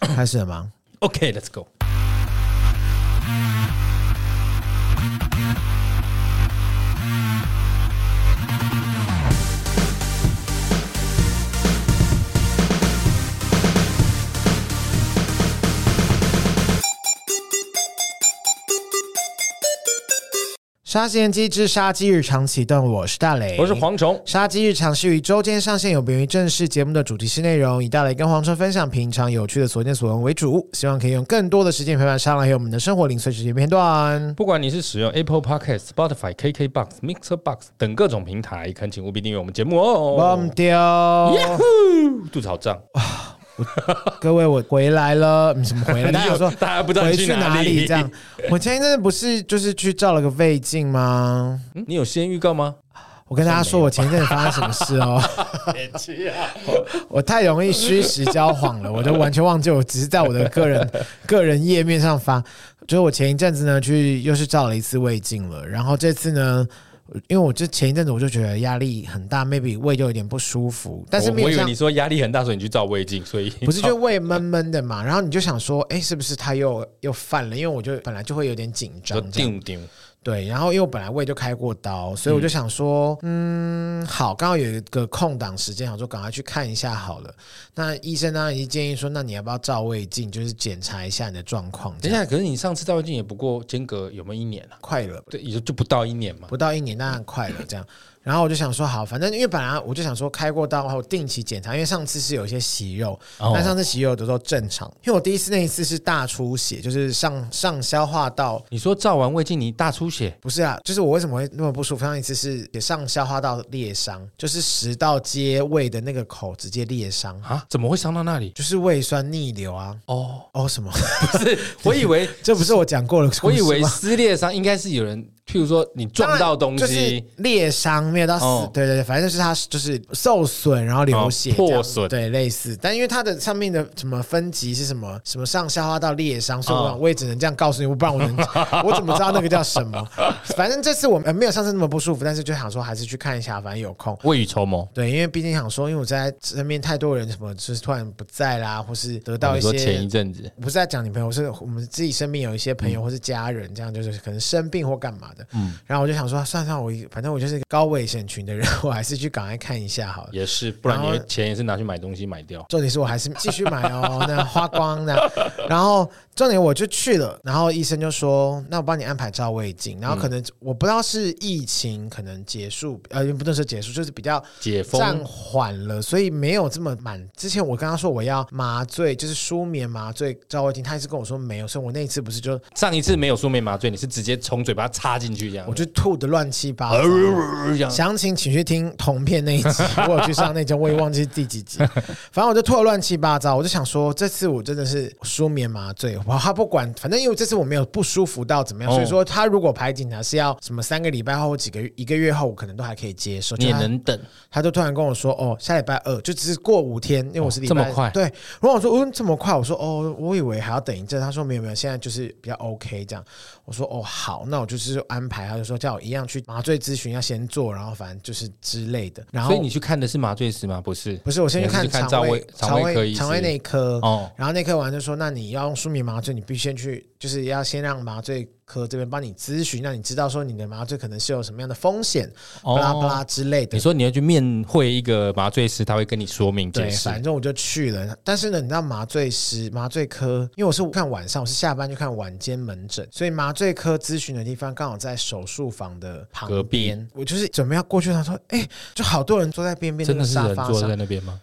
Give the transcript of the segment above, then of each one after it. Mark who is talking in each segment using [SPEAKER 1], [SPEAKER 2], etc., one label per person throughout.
[SPEAKER 1] 开始了吗？
[SPEAKER 2] OK，Let's、go。
[SPEAKER 1] 杀时间机之杀鸡日常启动，我是大雷，
[SPEAKER 2] 我是。蝗虫，
[SPEAKER 1] 杀鸡日常是于周间上线，有别于正式节目的主题式内容，以大雷跟黄春分享平常有趣的所见所闻为主，希望可以用更多的时间陪伴上来，还有我们的生活零碎时间片段。
[SPEAKER 2] 不管你是使用 Apple Podcast、Spotify、KKBox、Mixer Box 等各种平台，恳请务必订阅我们节目
[SPEAKER 1] 忘
[SPEAKER 2] 哦。
[SPEAKER 1] 掉
[SPEAKER 2] 肚子好胀，
[SPEAKER 1] 各位，我回来了，嗯，什么回来？
[SPEAKER 2] 你
[SPEAKER 1] 大家
[SPEAKER 2] 有
[SPEAKER 1] 有说
[SPEAKER 2] 大家不知道
[SPEAKER 1] 回
[SPEAKER 2] 你
[SPEAKER 1] 去
[SPEAKER 2] 去哪
[SPEAKER 1] 里？这样，我前一阵子不是就是去照了个胃镜吗？
[SPEAKER 2] 嗯你有先预告吗？
[SPEAKER 1] 我跟大家说，我前一阵子发生什么事哦。
[SPEAKER 2] 别急啊！
[SPEAKER 1] 我太容易虚实交晃了，我就完全忘记，我只是在我的个人 个人页面上发。就是我前一阵子呢，去又是照了一次胃镜了，然后这次呢，因为我就前一阵子我就觉得压力很大，maybe 胃就有点不舒服，但是
[SPEAKER 2] 我
[SPEAKER 1] 没
[SPEAKER 2] 我
[SPEAKER 1] 有
[SPEAKER 2] 以为
[SPEAKER 1] 像
[SPEAKER 2] 你说压力很大，所以你去照胃镜，所以
[SPEAKER 1] 不是就胃闷闷的嘛，然后你就想说，哎、是不是他又又犯了？因为我就本来就会有点紧张
[SPEAKER 2] 就
[SPEAKER 1] 这样，
[SPEAKER 2] 定定。
[SPEAKER 1] 对，然后因为我本来胃就开过刀，所以我就想说，嗯好，刚好有一个空档时间，想说赶快去看一下好了。那医生当然已经建议说，那你要不要照胃镜，就是检查一下你的状况？
[SPEAKER 2] 等
[SPEAKER 1] 这
[SPEAKER 2] 一
[SPEAKER 1] 样
[SPEAKER 2] 下，可是你上次照胃镜也不过间隔有没有一年啊？
[SPEAKER 1] 快了，
[SPEAKER 2] 对，也就就不到一年嘛。
[SPEAKER 1] 不到一年，那很快了这样。然后我就想说，好，反正因为本来我就想说开过刀后定期检查，因为上次是有一些息肉，
[SPEAKER 2] 哦
[SPEAKER 1] 但上次息肉的时候正常，因为我第一次那一次是大出血，就是上上消化道
[SPEAKER 2] 你说照完胃镜你大出血，
[SPEAKER 1] 不是啊，就是我为什么会那么不舒服？上一次是也上消化道裂伤，就是食道接胃的那个口直接裂伤，
[SPEAKER 2] 啊？怎么会伤到那里？
[SPEAKER 1] 就是胃酸逆流啊。
[SPEAKER 2] 哦，
[SPEAKER 1] 哦，什么？
[SPEAKER 2] 不是，我以为
[SPEAKER 1] 这不是我讲过的故事吗
[SPEAKER 2] 我以为撕裂伤应该是有人，譬如说你 撞到东
[SPEAKER 1] 当然
[SPEAKER 2] 西
[SPEAKER 1] 就，是裂伤，没有到死。
[SPEAKER 2] 哦
[SPEAKER 1] 对对对，反正就是它就是受损，然后流血、
[SPEAKER 2] 哦破
[SPEAKER 1] 这样
[SPEAKER 2] 损
[SPEAKER 1] 对，类似。但因为它的上面的什么分级是什么什么上消化道裂伤，所以我、
[SPEAKER 2] 哦
[SPEAKER 1] 我也只能这样告诉你，我不然我能 我怎么知道那个叫什么？ 反正这次我、呃、没有上次那么不舒服，但是就想说还是去看一下，反正有空。
[SPEAKER 2] 未雨绸缪。
[SPEAKER 1] 对，因为毕竟想说，因为我在身边太多人什么，就是突然不在啦，或是得到
[SPEAKER 2] 哦你
[SPEAKER 1] 一
[SPEAKER 2] 说前
[SPEAKER 1] 些
[SPEAKER 2] 一，阵子，
[SPEAKER 1] 不是在讲女朋友，是我们自己身边有一些朋友或是家人，这样就是可能生病或干嘛的。
[SPEAKER 2] 嗯，
[SPEAKER 1] 然后我就想说，算算我，反正我就是个高危险群的人， 我还是去赶快看一下好了。
[SPEAKER 2] 也是，不然
[SPEAKER 1] 然后
[SPEAKER 2] 你的钱也是拿去买东西买掉。
[SPEAKER 1] 重点是我还是继续买哦，那花光那，然后重点我就去了，然后医生就说，那我帮你安排照胃镜，然后
[SPEAKER 2] 嗯
[SPEAKER 1] 可能我不知道是疫情可能结束，呃，不能说结束，就是比较
[SPEAKER 2] 解封
[SPEAKER 1] 暂缓了，所以没有这么满。之前我跟他说我要麻醉，就是舒眠麻醉照胃镜，他一直跟我说没有，所以我那一次不是就
[SPEAKER 2] 上一次没有舒眠麻醉，你是直接从嘴巴插进去这样，
[SPEAKER 1] 我就吐的乱七八糟。
[SPEAKER 2] 呃这样
[SPEAKER 1] 详情请去听同片那一集，我有去上那集，我也忘记第几 集。反正我就吐得乱七八糟，我就想说，这次我真的是舒眠麻醉，哇，他不管，反正因为这次我没有不舒服到怎么样，
[SPEAKER 2] 哦
[SPEAKER 1] 所以说他如果排警察是要什么三个礼拜后或几个月一个月后，我可能都还可以接受。
[SPEAKER 2] 你
[SPEAKER 1] 就
[SPEAKER 2] 也
[SPEAKER 1] 他
[SPEAKER 2] 能等。
[SPEAKER 1] 他就突然跟我说：“哦，下礼拜二就只是过五天，因为我是礼拜、
[SPEAKER 2] 哦这么快
[SPEAKER 1] 对。”然后我说：“嗯，这么快？”我说：“哦，我以为还要等一阵。”他说：“没有没有，现在就是比较 OK 这样。”我说：“哦，好，那我就是安排。”他就说：“叫我一样去麻醉咨询要先做，然后反正就是之类的。”然后
[SPEAKER 2] 所以你去看的是麻醉师吗？不是，
[SPEAKER 1] 不是我先去
[SPEAKER 2] 你还
[SPEAKER 1] 看
[SPEAKER 2] 是看
[SPEAKER 1] 肠
[SPEAKER 2] 胃
[SPEAKER 1] 胃
[SPEAKER 2] 肠胃科医
[SPEAKER 1] 胃
[SPEAKER 2] 师
[SPEAKER 1] 肠胃内科，
[SPEAKER 2] 哦，
[SPEAKER 1] 然后内科完就说：“那你要用舒眠麻醉，你必须先去，就是要先让麻醉科这边帮你咨询，让你知道说你的麻醉可能是有什么样的风险，巴拉巴拉之类的
[SPEAKER 2] 哦你。”说你要去面会一个麻醉师，他会跟你说明解
[SPEAKER 1] 对，
[SPEAKER 2] 释。
[SPEAKER 1] 反正我就去了。但是呢，你知道麻醉师、麻醉科，因为我是看晚上，我是下班就看晚间门诊，所以麻醉科咨询的地方刚好在手术房的旁
[SPEAKER 2] 隔壁
[SPEAKER 1] 边。我就是准备要过去，他说：“哎、就好多人坐在边边那
[SPEAKER 2] 真
[SPEAKER 1] 个
[SPEAKER 2] 的是
[SPEAKER 1] 沙
[SPEAKER 2] 人
[SPEAKER 1] 发
[SPEAKER 2] 坐
[SPEAKER 1] 上
[SPEAKER 2] 在，那边吗？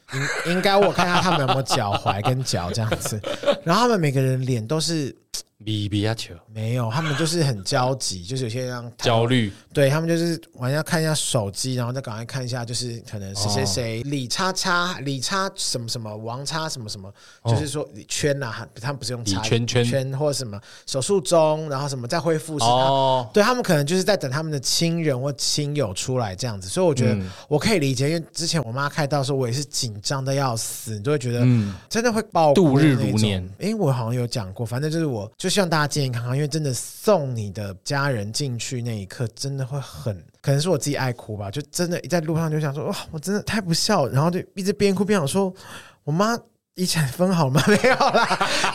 [SPEAKER 1] 应应该我看一下他们有没有脚踝跟脚这样 子。然后他们每个人脸都是
[SPEAKER 2] 比比啊亚球，
[SPEAKER 1] 没有，他们就是很焦急，就是有些让
[SPEAKER 2] 焦虑，
[SPEAKER 1] 对他们就是晚上看一下手机，然后再赶快看一下，就是可能谁
[SPEAKER 2] 哦
[SPEAKER 1] 谁谁李叉叉李叉什么什么王叉什么什么，
[SPEAKER 2] 哦
[SPEAKER 1] 就是说圈呐、啊，他们不是用叉
[SPEAKER 2] 李圈圈
[SPEAKER 1] 圈或者什么手术中，然后什么在恢复室。他
[SPEAKER 2] 哦，
[SPEAKER 1] 对他们可能就是在等他们的亲人或亲友出来这样子，所以我觉得
[SPEAKER 2] 嗯
[SPEAKER 1] 我可以理解，因为之前我妈开刀的时候，我也是紧张的要死，你就会觉得
[SPEAKER 2] 嗯，
[SPEAKER 1] 真的会爆
[SPEAKER 2] 度日如年。
[SPEAKER 1] 哎、诶我好像有讲过，反正就是我就希望大家健健康康，因为真的送你的家人进去那一刻，真的会很，可能是我自己爱哭吧，就真的一在路上就想说，哇，我真的太不孝，然后就一直边哭边想说，我妈一产分好吗？没 有啦，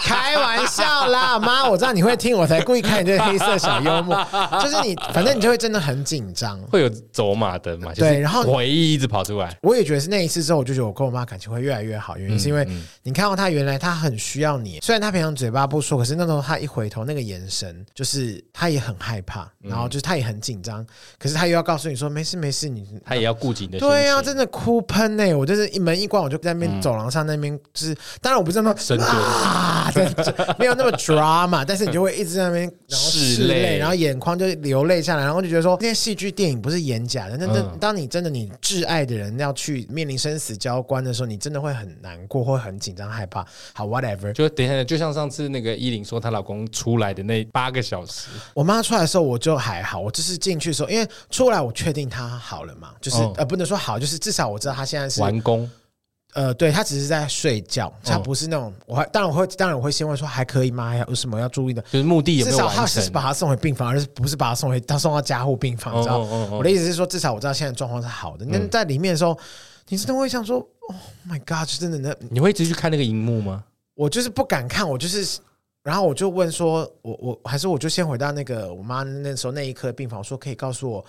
[SPEAKER 1] 开玩笑啦，妈，我知道你会听，我才故意看你这黑色小幽默，就是你，反正你就会真的很紧张。
[SPEAKER 2] 会有走马灯嘛？
[SPEAKER 1] 对然后
[SPEAKER 2] 就是回忆一直跑出来，
[SPEAKER 1] 我也觉得是那一次之后，我就觉得我跟我妈感情会越来越好，原因是因为你看到她原来她很需要你，虽然她平常嘴巴不说，可是那时候她一回头那个眼神，就是她也很害怕，然后就是她也很紧张，可是她又要告诉你说没事没事，你
[SPEAKER 2] 他也要顾及你的心
[SPEAKER 1] 对啊呀、
[SPEAKER 2] 情，
[SPEAKER 1] 真的哭喷呢、欸我就是一门一关，我就在那边走廊上那边，就是当然我不是那么
[SPEAKER 2] 深蹲
[SPEAKER 1] 啊，对，就没有那么 drama，但是你就会一直在那边然后
[SPEAKER 2] 拭
[SPEAKER 1] 拭泪，
[SPEAKER 2] 泪
[SPEAKER 1] 然后眼眶就流泪下来，然后就觉得说那些戏剧电影不是演假的，那那、
[SPEAKER 2] 嗯
[SPEAKER 1] 当你真的你挚爱的人要去面临生死交关的时候，你真的会很难过，会很紧张害怕。好，whatever，
[SPEAKER 2] 就等一下，就像上次那个依琳说她老公出来的那八个小时，
[SPEAKER 1] 我妈出来的时候，我就还好，我就是进去的时候，因为出来我确定她好了嘛，就是、
[SPEAKER 2] 嗯
[SPEAKER 1] 呃不能说好，就是至少我知道她现在是
[SPEAKER 2] 完工，
[SPEAKER 1] 呃，对他只是在睡
[SPEAKER 2] 哦
[SPEAKER 1] 觉，他不是那种，我还当然我会，当然我会先问说还可以吗？还有什么要注意的？
[SPEAKER 2] 就是目的有
[SPEAKER 1] 至
[SPEAKER 2] 没有
[SPEAKER 1] 少他
[SPEAKER 2] 完
[SPEAKER 1] 是
[SPEAKER 2] 成？
[SPEAKER 1] 把他送回病房，而是不是把他送回他送到加护病房？你知道？
[SPEAKER 2] 哦嗯哦哦
[SPEAKER 1] 啊我的意思是说，至少我知道现在状况是好的。那、在里面的时候，你真的会想说，Oh my God！就真的那
[SPEAKER 2] 你会一直去看那个荧幕吗？
[SPEAKER 1] 我就是不敢看，我就是，然后我就问说，我我还是我就先回到那个我妈那时候那一刻的病房，我说可以告诉我，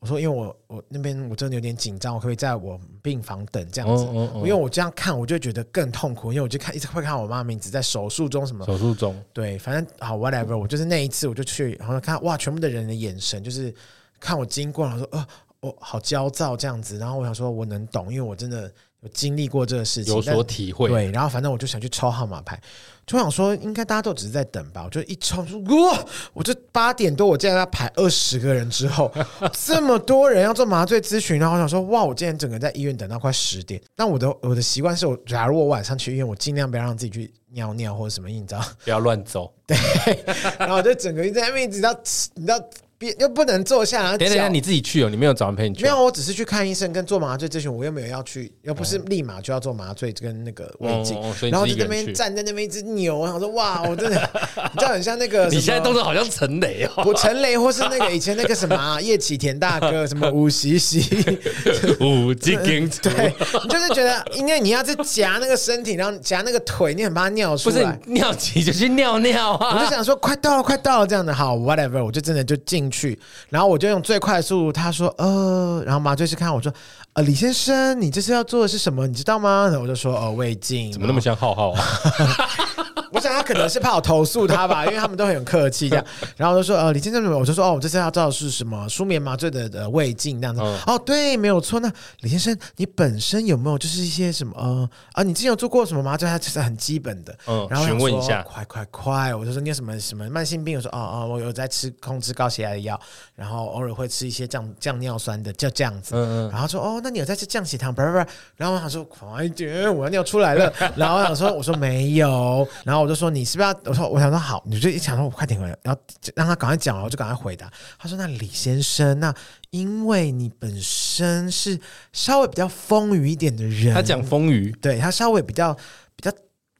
[SPEAKER 1] 我说因为我我那边我真的有点紧张，我可不可以在我病房等这样子？
[SPEAKER 2] 哦
[SPEAKER 1] 因为我这样看，我就觉得更痛苦，因为我就看一直会看我妈的名字在手术中什么，
[SPEAKER 2] 手术中，
[SPEAKER 1] 对，反正好 whatever，我就是那一次我就去，然后看哇，全部的人的眼神就是看我经过，然后说呃，我、好焦躁这样子，然后我想说我能懂，因为我真的有经历过这个事情，
[SPEAKER 2] 有
[SPEAKER 1] 但
[SPEAKER 2] 所体会。
[SPEAKER 1] 对，然后反正我就想去抽号码牌，就想说应该大家都只是在等吧。我就一抽，说哇，我这八点多，我竟然要排二十个人之后， 这么多人要做麻醉咨询，然后我想说哇，我竟然整个在医院等到快十点。那我的我的习惯是我，假如我晚上去医院，我尽量不要让自己去尿尿或者什么，你知道。
[SPEAKER 2] 不要乱走。
[SPEAKER 1] 然后我就整个一直在那边，直到你知道，别又不能坐下，然后
[SPEAKER 2] 等一下等一
[SPEAKER 1] 脚
[SPEAKER 2] 下，你自己去哦，你没有找人陪你去
[SPEAKER 1] 没。有，我只是去看医生跟做麻醉咨询，我又没有要去，又不是立马就要做麻醉跟那个胃镜，
[SPEAKER 2] 哦哦哦哦所以你
[SPEAKER 1] 然后
[SPEAKER 2] 自
[SPEAKER 1] 就
[SPEAKER 2] 己一
[SPEAKER 1] 那
[SPEAKER 2] 个人
[SPEAKER 1] 边
[SPEAKER 2] 去
[SPEAKER 1] 站在那边一直扭，我想说哇，我真的， 你知道很像那个
[SPEAKER 2] 你现在动
[SPEAKER 1] 是
[SPEAKER 2] 作好像陈雷哦，
[SPEAKER 1] 我陈雷或是那个以前那个什么 啊、叶启田大哥什么吴喜喜，
[SPEAKER 2] 五级金 图
[SPEAKER 1] 对，你就是觉得因为你要是夹那个身体，然后夹那个腿，你很怕尿出
[SPEAKER 2] 不是
[SPEAKER 1] 来。
[SPEAKER 2] 你尿急就去尿尿
[SPEAKER 1] 我就
[SPEAKER 2] 啊。
[SPEAKER 1] 想说，快到了，快到了，这样的好，whatever，我就真的就进去，然后我就用最快的速度。他说，呃，然后麻醉师看我说，呃，李先生，你这次要做的是什么？你知道吗？然后我就说，哦，胃镜。
[SPEAKER 2] 怎么那么像浩浩啊？
[SPEAKER 1] 我想他可能是怕我投诉他吧，因为他们都很客气 这样。然后我就说，呃，李先生，我就说，哦，我这次要做的是什么舒眠麻醉的呃胃镜这样子。
[SPEAKER 2] 嗯
[SPEAKER 1] 哦，对，没有错。那李先生，你本身有没有就是一些什么呃啊？你之前有做过什么麻醉？它其实很基本的。
[SPEAKER 2] 嗯
[SPEAKER 1] 然后，我想
[SPEAKER 2] 询
[SPEAKER 1] 说
[SPEAKER 2] 问一下，
[SPEAKER 1] 快快快！我就说你有什么什么慢性病？我说哦哦，我有在吃控制高血压的药，然后偶尔会吃一些降降尿酸的，就这样子。
[SPEAKER 2] 嗯嗯，
[SPEAKER 1] 然后说哦，那你有在吃降血糖？不不不，然后我想说快一点，我要尿出来 了。然后我想说，我说没有，然后我就说你是不是要？我说我想说好，你就一想说我快点回来，然后让他赶快讲，然后就赶快回答。他说那李先生，那因为你本身是稍微比较丰腴一点的人，
[SPEAKER 2] 嗯他讲风雨，
[SPEAKER 1] 对他稍微比较比较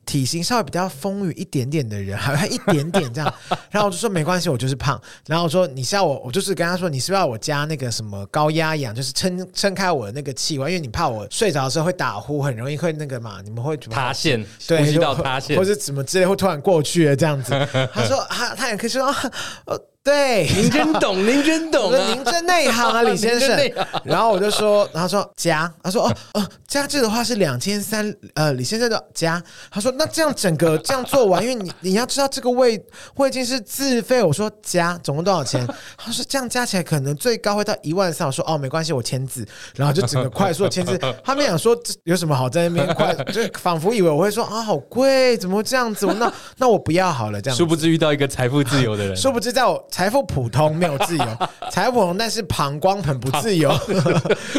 [SPEAKER 1] 体型稍微比较丰腴一点点的人，还一点点这样。然后我就说没关系，我就是胖。然后我说你是要我，我就是跟他说你是不是要我加那个什么高压氧，就是撑撑开我的那个气管，因为你怕我睡着的时候会打呼，很容易会那个嘛，你们 会怎么
[SPEAKER 2] 塌陷，
[SPEAKER 1] 对，
[SPEAKER 2] 呼吸道塌陷
[SPEAKER 1] 或。者什么之类，会突然过去了这样子。他说他他也可以说，啊哦，对，
[SPEAKER 2] 您真懂，您真懂
[SPEAKER 1] 我说
[SPEAKER 2] 啊
[SPEAKER 1] 您！真内行啊， 李先
[SPEAKER 2] 您真
[SPEAKER 1] 生
[SPEAKER 2] 内。
[SPEAKER 1] 然后我就说，然后说加，他说哦哦，加这的话是两千三，呃，李先生的加。他说那这样整 个这样做完，因为你你要知道这个胃胃镜是自费，我说加总共多少钱？他说这样加起来可能最高会到一万三。我说哦没关系，我签字。然后就整个快速地签字。他们想说这有什么好在那边快，就仿佛以为我会说啊好贵，怎么会这样子？我那那我不要好了这样子
[SPEAKER 2] 殊。不知遇到一个财富自由的人，
[SPEAKER 1] 殊不知，在我财富普通没有自由，财富普通但是膀胱很不自 由，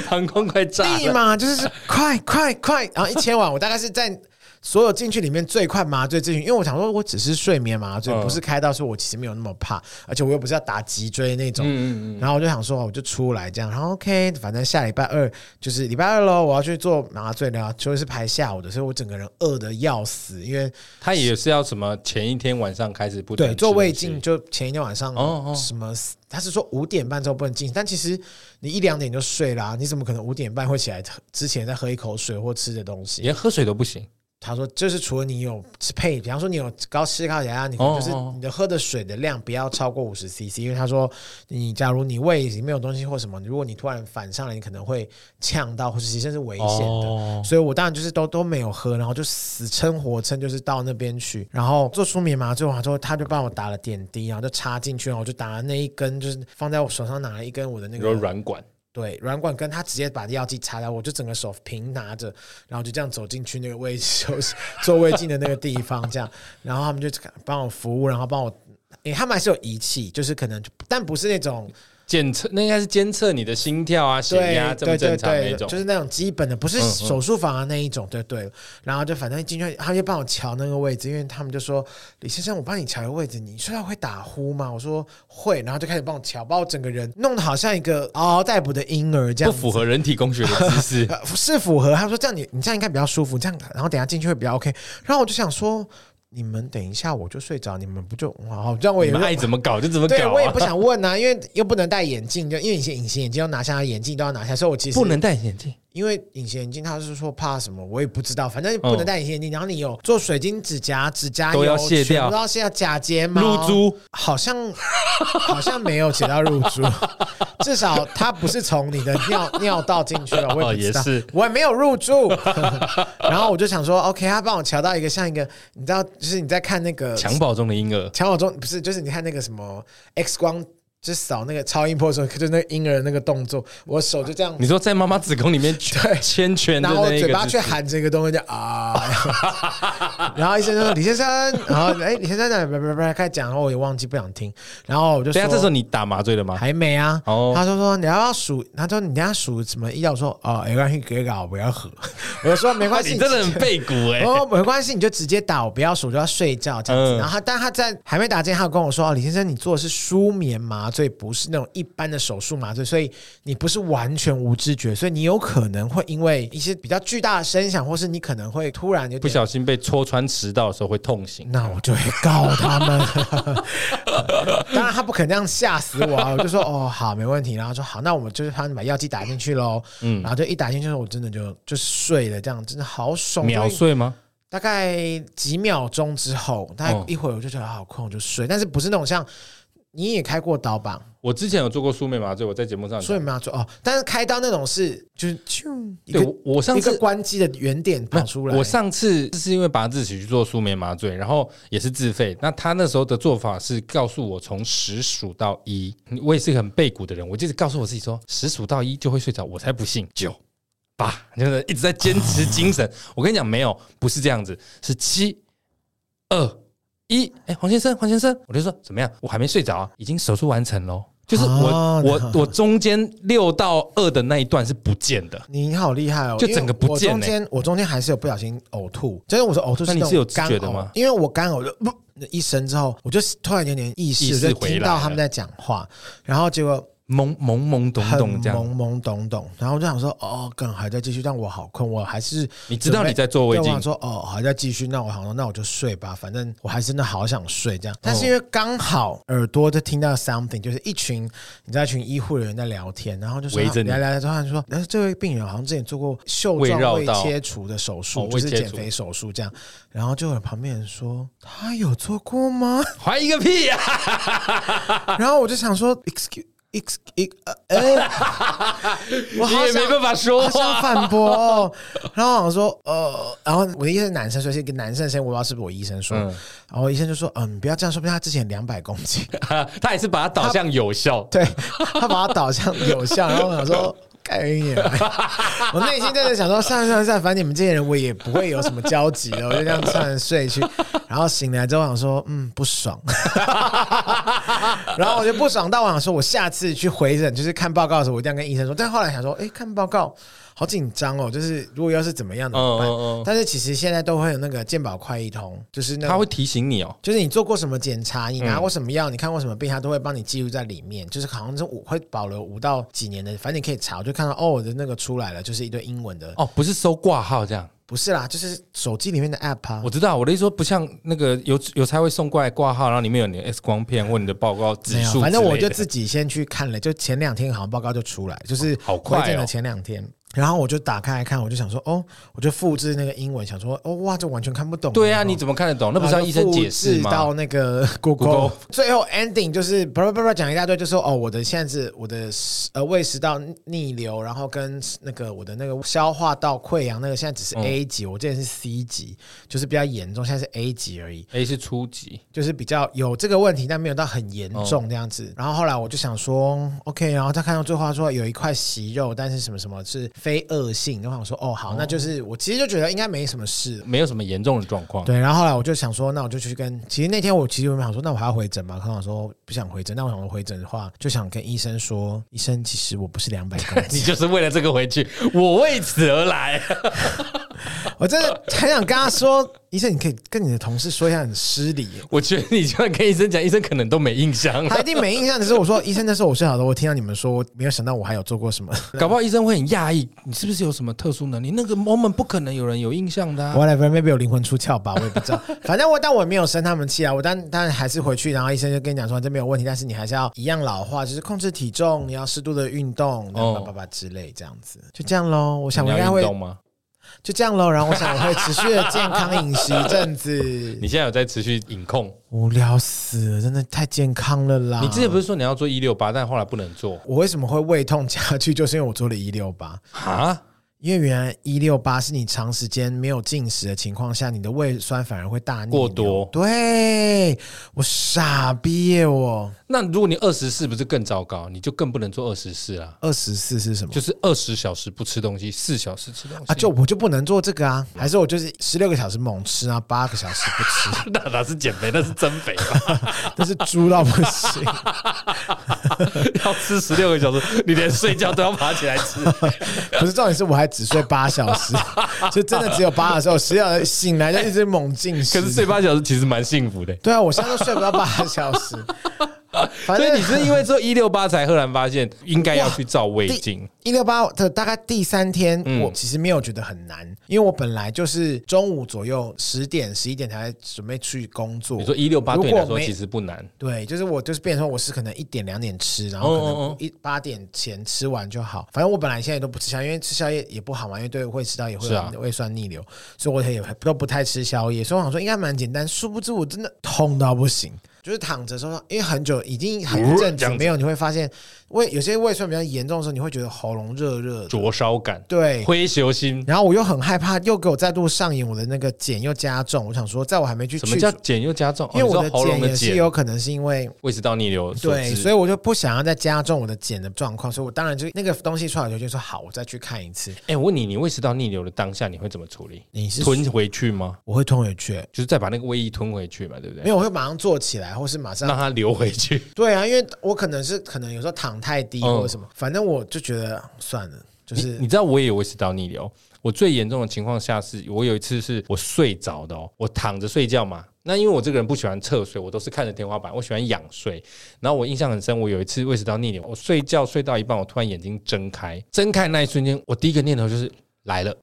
[SPEAKER 2] 膀胱快炸
[SPEAKER 1] 立
[SPEAKER 2] 了。
[SPEAKER 1] 马就是快快快，然后一千万，我大概是在所有进去里面最快麻醉咨询，因为我想说我只是睡眠麻醉，
[SPEAKER 2] 嗯
[SPEAKER 1] 不是开刀，所以我其实没有那么怕，而且我又不是要打脊椎那种，
[SPEAKER 2] 嗯嗯
[SPEAKER 1] 然后我就想说，我就出来这样，然后 OK，反正下礼拜二就是礼拜二喽，我要去做麻醉了，就是排下午的，所以我整个人饿的要死，因为。
[SPEAKER 2] 嗯，他也是要什么前一天晚上开始不准
[SPEAKER 1] 对，做
[SPEAKER 2] 吃
[SPEAKER 1] 胃
[SPEAKER 2] 东西
[SPEAKER 1] 镜就前一天晚上
[SPEAKER 2] 哦哦
[SPEAKER 1] 什么，他是说五点半之后不能进，但其实你一两点就睡啦、你怎么可能五点半会起来之前再喝一口水或吃的东西？
[SPEAKER 2] 连喝水都不行，
[SPEAKER 1] 他说，就是除了你有配，比方说你有高吃高血压，你可能就是
[SPEAKER 2] 哦哦
[SPEAKER 1] 你的喝的水的量不要超过五十 CC，因为他说你假如你胃里面有东西或什么，如果你突然反上来，你可能会呛到，或者其实是危险的。
[SPEAKER 2] 哦
[SPEAKER 1] 所以我当然就是都都没有喝，然后就死撑活撑，就是到那边去，然后做舒眠麻醉完之后，他就帮我打了点滴，然后就插进去，然后我就打了那一根，就是放在我手上拿了一根我的那
[SPEAKER 2] 有
[SPEAKER 1] 个
[SPEAKER 2] 软管，
[SPEAKER 1] 对软管，跟他直接把药剂插在我，就整个手平拿着，然后就这样走进去那个位置休息 做胃镜的那个地方，这样，然后他们就帮我服务，然后帮我。诶、他们还是有仪器，就是可能，但不是那种
[SPEAKER 2] 检测那应该是监测你的心跳啊、血
[SPEAKER 1] 对
[SPEAKER 2] 压正不
[SPEAKER 1] 对对
[SPEAKER 2] 正常
[SPEAKER 1] 对
[SPEAKER 2] 那种
[SPEAKER 1] 就。是那种基本的，不是
[SPEAKER 2] 嗯嗯
[SPEAKER 1] 手术房的那一种，对对。然后就反正进去，他就帮我瞧那个位置，因为他们就说李先生，我帮你瞧一个位置，你睡觉会打呼吗？我说会，然后就开始帮我瞧，把我整个人弄得好像一个嗷嗷待哺的婴儿这
[SPEAKER 2] 哦
[SPEAKER 1] 样
[SPEAKER 2] 不
[SPEAKER 1] 子。
[SPEAKER 2] 符合人体工学的知识，
[SPEAKER 1] 呃，是符合。他说这样你你这样应该比较舒服，这样然后等一下进去会比较 OK。然后我就想说，你们等一下我就睡着，你们不就哦好？这样 我
[SPEAKER 2] 你
[SPEAKER 1] 也
[SPEAKER 2] 们爱怎么搞就怎么
[SPEAKER 1] 对
[SPEAKER 2] 搞
[SPEAKER 1] 我也
[SPEAKER 2] 啊！
[SPEAKER 1] 不想问啊，因为又不能戴眼镜，就因为以前隐形眼镜要拿下，眼镜都要拿下，所以我其实
[SPEAKER 2] 不能戴眼镜，
[SPEAKER 1] 因为隐形眼镜他是说怕什么，我也不知道，反正不能戴隐形眼镜。然后你有做水晶指甲、指甲油
[SPEAKER 2] 嗯都要卸
[SPEAKER 1] 全
[SPEAKER 2] 掉
[SPEAKER 1] 部都要卸掉假睫毛、
[SPEAKER 2] 露，珠
[SPEAKER 1] 好像好像没有写到入 珠，至少它不是从你的尿尿道进去了，我也不知道，
[SPEAKER 2] 哦也是
[SPEAKER 1] 我也没有入住。 然后我就想说，OK，他帮我瞧到一个像一个，你知道，就是你在看那个
[SPEAKER 2] 襁褓中的婴儿，
[SPEAKER 1] 乔小中不是，就是你看那个什么 X 光，就是扫那个超音波的时候，就是那个婴儿那个动作，我手就这样
[SPEAKER 2] 你说在妈妈子宫里 面圈圈的
[SPEAKER 1] 然后
[SPEAKER 2] 那一
[SPEAKER 1] 嘴
[SPEAKER 2] 个
[SPEAKER 1] 巴
[SPEAKER 2] 姿
[SPEAKER 1] 去
[SPEAKER 2] 势，
[SPEAKER 1] 喊这个东西叫啊，然后医生就说李先生，然后哎、李先生呢，不不不，开始讲，然后我也忘记不想听，然后我就
[SPEAKER 2] 等一
[SPEAKER 1] 说
[SPEAKER 2] 啊下这时候你打麻醉了吗？
[SPEAKER 1] 还没啊，
[SPEAKER 2] 哦
[SPEAKER 1] 他就说你要不要数，他说你等下数什么医药，我说哦没关系，给搞我不要喝，我就说没关系，
[SPEAKER 2] 你真的很背骨哎、
[SPEAKER 1] 哦，没关系，你就直接打，我不要数，我就要睡觉这样子。
[SPEAKER 2] 嗯
[SPEAKER 1] 然后他，但他在还没打之前，他有跟我说：“哦，李先生，你做的是舒眠麻醉，不是那种一般的手术麻醉，所以你不是完全无知觉，所以你有可能会因为一些比较巨大的声响，或是你可能会突然有
[SPEAKER 2] 不
[SPEAKER 1] 点。”
[SPEAKER 2] 小心被戳穿食道的时候会痛醒。
[SPEAKER 1] 那我就会告他们。当然，他不肯这样吓死我啊！我就说哦，好，没问题。然后说好，那我们就是他把药剂打进去喽。嗯，然后就一打进去，我真的就就睡了，这样真的好爽，
[SPEAKER 2] 秒
[SPEAKER 1] 就
[SPEAKER 2] 睡吗？
[SPEAKER 1] 大概几秒钟之后，大概
[SPEAKER 2] 哦
[SPEAKER 1] 一会儿我就觉得好困，我就睡。但是不是那种像你也开过刀吧？
[SPEAKER 2] 我之前有做过舒眠麻醉，我在节目上有
[SPEAKER 1] 所以没有做哦。但是开刀那种是就是啾一
[SPEAKER 2] 对
[SPEAKER 1] 个
[SPEAKER 2] 我我上
[SPEAKER 1] 一个
[SPEAKER 2] 次
[SPEAKER 1] 关机的原点跑出来。
[SPEAKER 2] 我上次是因为拔智齿去做舒眠麻醉，然后也是自费。那他那时候的做法是告诉我从十数到一，我也是个很背骨的人，我就是告诉我自己说十数到一就会睡着，我才不信九八，就是一直在坚持精
[SPEAKER 1] 啊
[SPEAKER 2] 神。我跟你讲，没有，不是这样子，是七二一。哎，黄先生，黄先生，我就说怎么样？我还没睡着啊、已经手术完成喽。就是我、
[SPEAKER 1] 哦
[SPEAKER 2] 我我中间六到二的那一段是不见的，
[SPEAKER 1] 你好厉害哦！
[SPEAKER 2] 就整个不见欸
[SPEAKER 1] 因为我中间我中间还是有不小心呕吐，真的我说呕吐
[SPEAKER 2] 那
[SPEAKER 1] 是
[SPEAKER 2] 你
[SPEAKER 1] 种
[SPEAKER 2] 是有知
[SPEAKER 1] 干呕
[SPEAKER 2] 觉的吗
[SPEAKER 1] 因为我干呕就不一声之后，我就突然有点意识，
[SPEAKER 2] 意识
[SPEAKER 1] 我就
[SPEAKER 2] 回来
[SPEAKER 1] 听到
[SPEAKER 2] 了
[SPEAKER 1] 他们在讲话，然后结果
[SPEAKER 2] 懵懵懵懂
[SPEAKER 1] 很
[SPEAKER 2] 懂这样。
[SPEAKER 1] 懵懵懂懂，然后我就想说哦，梗还在继续，但我好困，我还是
[SPEAKER 2] 你知道你在做胃
[SPEAKER 1] 对，我想
[SPEAKER 2] 镜，
[SPEAKER 1] 说哦，还在继续，那我好像那我就睡吧，反正我还真的好想睡这样。
[SPEAKER 2] 哦
[SPEAKER 1] 但是因为刚好耳朵就听到 something，就是一群你知道一群医护人员在聊天，然后就说
[SPEAKER 2] 围着你
[SPEAKER 1] 聊聊聊，突然说，哎，这位病人好像之前做过袖
[SPEAKER 2] 胃
[SPEAKER 1] 状
[SPEAKER 2] 绕
[SPEAKER 1] 胃
[SPEAKER 2] 道
[SPEAKER 1] 切除的手术，
[SPEAKER 2] 哦
[SPEAKER 1] 就
[SPEAKER 2] 胃
[SPEAKER 1] 是
[SPEAKER 2] 切
[SPEAKER 1] 减
[SPEAKER 2] 除
[SPEAKER 1] 肥手术这样。然后就有旁边人说，他有做过 吗？
[SPEAKER 2] 怀疑个屁啊呀、
[SPEAKER 1] 然后我就想说，excuse。X X 呃， 我
[SPEAKER 2] 你
[SPEAKER 1] 好
[SPEAKER 2] 也
[SPEAKER 1] 想
[SPEAKER 2] 没办法说
[SPEAKER 1] 好想
[SPEAKER 2] 话。
[SPEAKER 1] 反驳、哦。然后我想说，呃，然后我的医生是男生，所以是一个男生的声音，我不知道是不是我医生说。
[SPEAKER 2] 嗯
[SPEAKER 1] 然后医生就说，嗯，不要这样说，不定他之前两百公斤，
[SPEAKER 2] 他也是把它导向有效，
[SPEAKER 1] 对他把他导向有效。然后我想说。干你娘！ 我内心真的想说，算了算了算了，反正你们这些人我也不会有什么交集的，我就这样算了睡去。然后醒来之后想说，嗯，不爽。 然后我就不爽到我想说，我下次去回诊就是看报告的时候，我一定要跟医生说。但后来想说，哎，看报告好紧张哦，就是如果要是怎么样怎么办？
[SPEAKER 2] 嗯嗯嗯
[SPEAKER 1] 但是其实现在都会有那个健保快易通，就是那
[SPEAKER 2] 他
[SPEAKER 1] 种
[SPEAKER 2] 会提醒你哦。
[SPEAKER 1] 就是你做过什么检查，你
[SPEAKER 2] 嗯
[SPEAKER 1] 拿过什么药，你看过什么病，他都会帮你记录在里面。就是好像是五会保留五到几年的，反正你可以查，我就看到哦，我的那个出来了，就是一堆英文的，
[SPEAKER 2] 哦，不是收挂号这样，
[SPEAKER 1] 不是啦，就是手机里面的 app 啊
[SPEAKER 2] 我。知道。我的意思说，不像那个邮邮差会送过来挂号，然后里面有你的 X 光片或你的报告指
[SPEAKER 1] 没有，
[SPEAKER 2] 数之
[SPEAKER 1] 反
[SPEAKER 2] 类的。
[SPEAKER 1] 正我就自己先去看了，就前两天好像报告就出来，就是
[SPEAKER 2] 好快哦
[SPEAKER 1] 回诊的前两天。然后我就打开来看，我就想说，哦，我就复制那个英文，想说，哦哇，这完全看不懂。哦
[SPEAKER 2] 对啊，你怎么看得懂？那不是要医生解释
[SPEAKER 1] 然后就复制
[SPEAKER 2] 吗？
[SPEAKER 1] 到那个 Google，,
[SPEAKER 2] Google
[SPEAKER 1] 最后 ending 就是叭叭叭叭讲一大堆，就说哦，我的现在是我的呃胃食道逆流，然后跟那个我的那个消化道溃疡那个现在只是
[SPEAKER 2] 嗯
[SPEAKER 1] A 级，我之前是 C 级，就是比较严重，现在是 A 级而已。
[SPEAKER 2] A 哎是初级，
[SPEAKER 1] 就是比较有这个问题，但没有到很严
[SPEAKER 2] 嗯
[SPEAKER 1] 重这样子。然后后来我就想说，OK，然后他看到最后他说有一块息肉，但是什么什么是非恶性，然后我说哦好，那就是我其实就觉得应该没什么事。
[SPEAKER 2] 没有什么严重的状况。
[SPEAKER 1] 对，然后后来我就想说，那我就去跟。其实那天我其实我想说，那我还要回诊吗？可能我说不想回诊，那我想说回诊的话，就想跟医生说，医生其实我不是两百公
[SPEAKER 2] 你
[SPEAKER 1] 斤，
[SPEAKER 2] 就是为了这个回去，我为此而来。
[SPEAKER 1] 我真的很想跟他说，医生你可以跟你的同事说一下，很失礼耶。
[SPEAKER 2] 我觉得你就算跟医生讲，医生可能都没印象了
[SPEAKER 1] 他一定没印象，只是我说医生那时候我睡好的，我听到你们说，我没有想到我还有做过什么。
[SPEAKER 2] 搞不好医生会很讶异，你是不是有什么特殊能力？那个 moment 不可能有人有印象的、啊。
[SPEAKER 1] whatever maybe 有灵魂出窍吧，我也不知 道。反正我但我也没有生他们气啊，我但但还是回去，然后医生就跟你讲说这没有问题，但是你还是要一样老化，就是控制体重，你要适度的运动，然后叭叭叭之类这样子，就这样喽。我想我
[SPEAKER 2] 哦
[SPEAKER 1] 应
[SPEAKER 2] 你
[SPEAKER 1] 该
[SPEAKER 2] 要运
[SPEAKER 1] 会
[SPEAKER 2] 动吗？
[SPEAKER 1] 就这样喽，然后我想我会持续的健康饮食一阵子
[SPEAKER 2] 你。现在有在持续饮控？
[SPEAKER 1] 无聊死了，真的太健康了啦！
[SPEAKER 2] 你之前不
[SPEAKER 1] 是
[SPEAKER 2] 是说你要做一六八，但后来不能做
[SPEAKER 1] 我为什么会胃痛加剧，就是因为我做了一六八。
[SPEAKER 2] 啊？
[SPEAKER 1] 因为原来一六八是你长时间没有进食的情况下，你的胃酸反而会大逆流
[SPEAKER 2] 过多
[SPEAKER 1] 对我傻逼耶！我
[SPEAKER 2] 那如果你二十四不是更糟糕，你就更不能做二十四啊，
[SPEAKER 1] 二十四是什么？
[SPEAKER 2] 就是二十小时不吃东西，四小时吃东西
[SPEAKER 1] 啊，就我就不能做这个啊？还是我就是十六个小时猛吃啊，八个小时不吃，
[SPEAKER 2] 那哪是减肥，那是增肥吧？
[SPEAKER 1] 但是猪到不行。
[SPEAKER 2] 要吃十六个小时，你连睡觉都要爬起来 吃。
[SPEAKER 1] 不是重点是我还只睡八小时，就真的只有八的时候，十小时醒来就一直猛进食。
[SPEAKER 2] 可是睡八小时其实蛮幸福的、
[SPEAKER 1] 对啊，我现在都睡不到八个小 时。反
[SPEAKER 2] 所以
[SPEAKER 1] 正
[SPEAKER 2] 你是因为做一六八才赫然发现应该要去照胃镜，
[SPEAKER 1] 一六八的大概第三天，
[SPEAKER 2] 嗯
[SPEAKER 1] 我其实没有觉得很难，因为我本来就是中午左右十点十一点才准备去工作
[SPEAKER 2] 你。说一六八
[SPEAKER 1] 如果
[SPEAKER 2] 对你来说
[SPEAKER 1] 没
[SPEAKER 2] 其实不难，
[SPEAKER 1] 对，就是我就是变成说我是可能一点两点吃，然后可
[SPEAKER 2] 哦
[SPEAKER 1] 能一八点前吃完就好。反正我本来现在都不吃宵夜，因为吃宵夜也不好嘛，因为对胃食道也会
[SPEAKER 2] 是啊
[SPEAKER 1] 有胃酸逆流，所以我也都不太吃宵夜。所以我想说应该蛮简单，殊不知我真的痛到不行。就是躺着的时候，因为很久已经很一阵
[SPEAKER 2] 这
[SPEAKER 1] 子
[SPEAKER 2] 样子
[SPEAKER 1] 没有，你会发现胃有些胃酸比较严重的时候，你会觉得喉咙热热的，
[SPEAKER 2] 灼烧感、
[SPEAKER 1] 对，
[SPEAKER 2] 灰球心。
[SPEAKER 1] 然后我又很害怕，又给我再度上演我的那个茧又加重。我想说，在我还没去
[SPEAKER 2] 什么
[SPEAKER 1] 去
[SPEAKER 2] 叫
[SPEAKER 1] 除，
[SPEAKER 2] 减又加重？哦
[SPEAKER 1] 因为
[SPEAKER 2] 你
[SPEAKER 1] 我
[SPEAKER 2] 说
[SPEAKER 1] 的
[SPEAKER 2] 喉
[SPEAKER 1] 茧
[SPEAKER 2] 咙的
[SPEAKER 1] 也是
[SPEAKER 2] 茧，
[SPEAKER 1] 有可能是因为
[SPEAKER 2] 胃食道逆流所
[SPEAKER 1] 对，
[SPEAKER 2] 致。
[SPEAKER 1] 所以我就不想要再加重我的茧的状况，所以我当然就那个东西出来，我就决定说好，我再去看一次。
[SPEAKER 2] 哎、我问你，你胃食道逆流的当下，你会怎么处理？
[SPEAKER 1] 你是
[SPEAKER 2] 吞回去吗？
[SPEAKER 1] 我会吞回去，
[SPEAKER 2] 就是再把那个胃液吞回去嘛，对不
[SPEAKER 1] 没
[SPEAKER 2] 对？
[SPEAKER 1] 有，我会马上坐起来，或是马上
[SPEAKER 2] 让它流回去。
[SPEAKER 1] 对啊，因为我可能是可能有时候躺太低
[SPEAKER 2] 嗯
[SPEAKER 1] 或者什么，反正我就觉得算了，就是
[SPEAKER 2] 你知道我也有胃食道逆流，我最严重的情况下是，我有一次是我睡着的哦，我躺着睡觉嘛。那因为我这个人不喜欢侧睡，我都是看着天花板，我喜欢仰睡。然后我印象很深，我有一次胃食道逆流，我睡觉睡到一半，我突然眼睛睁开，睁开那一瞬间，我第一个念头就是 来了。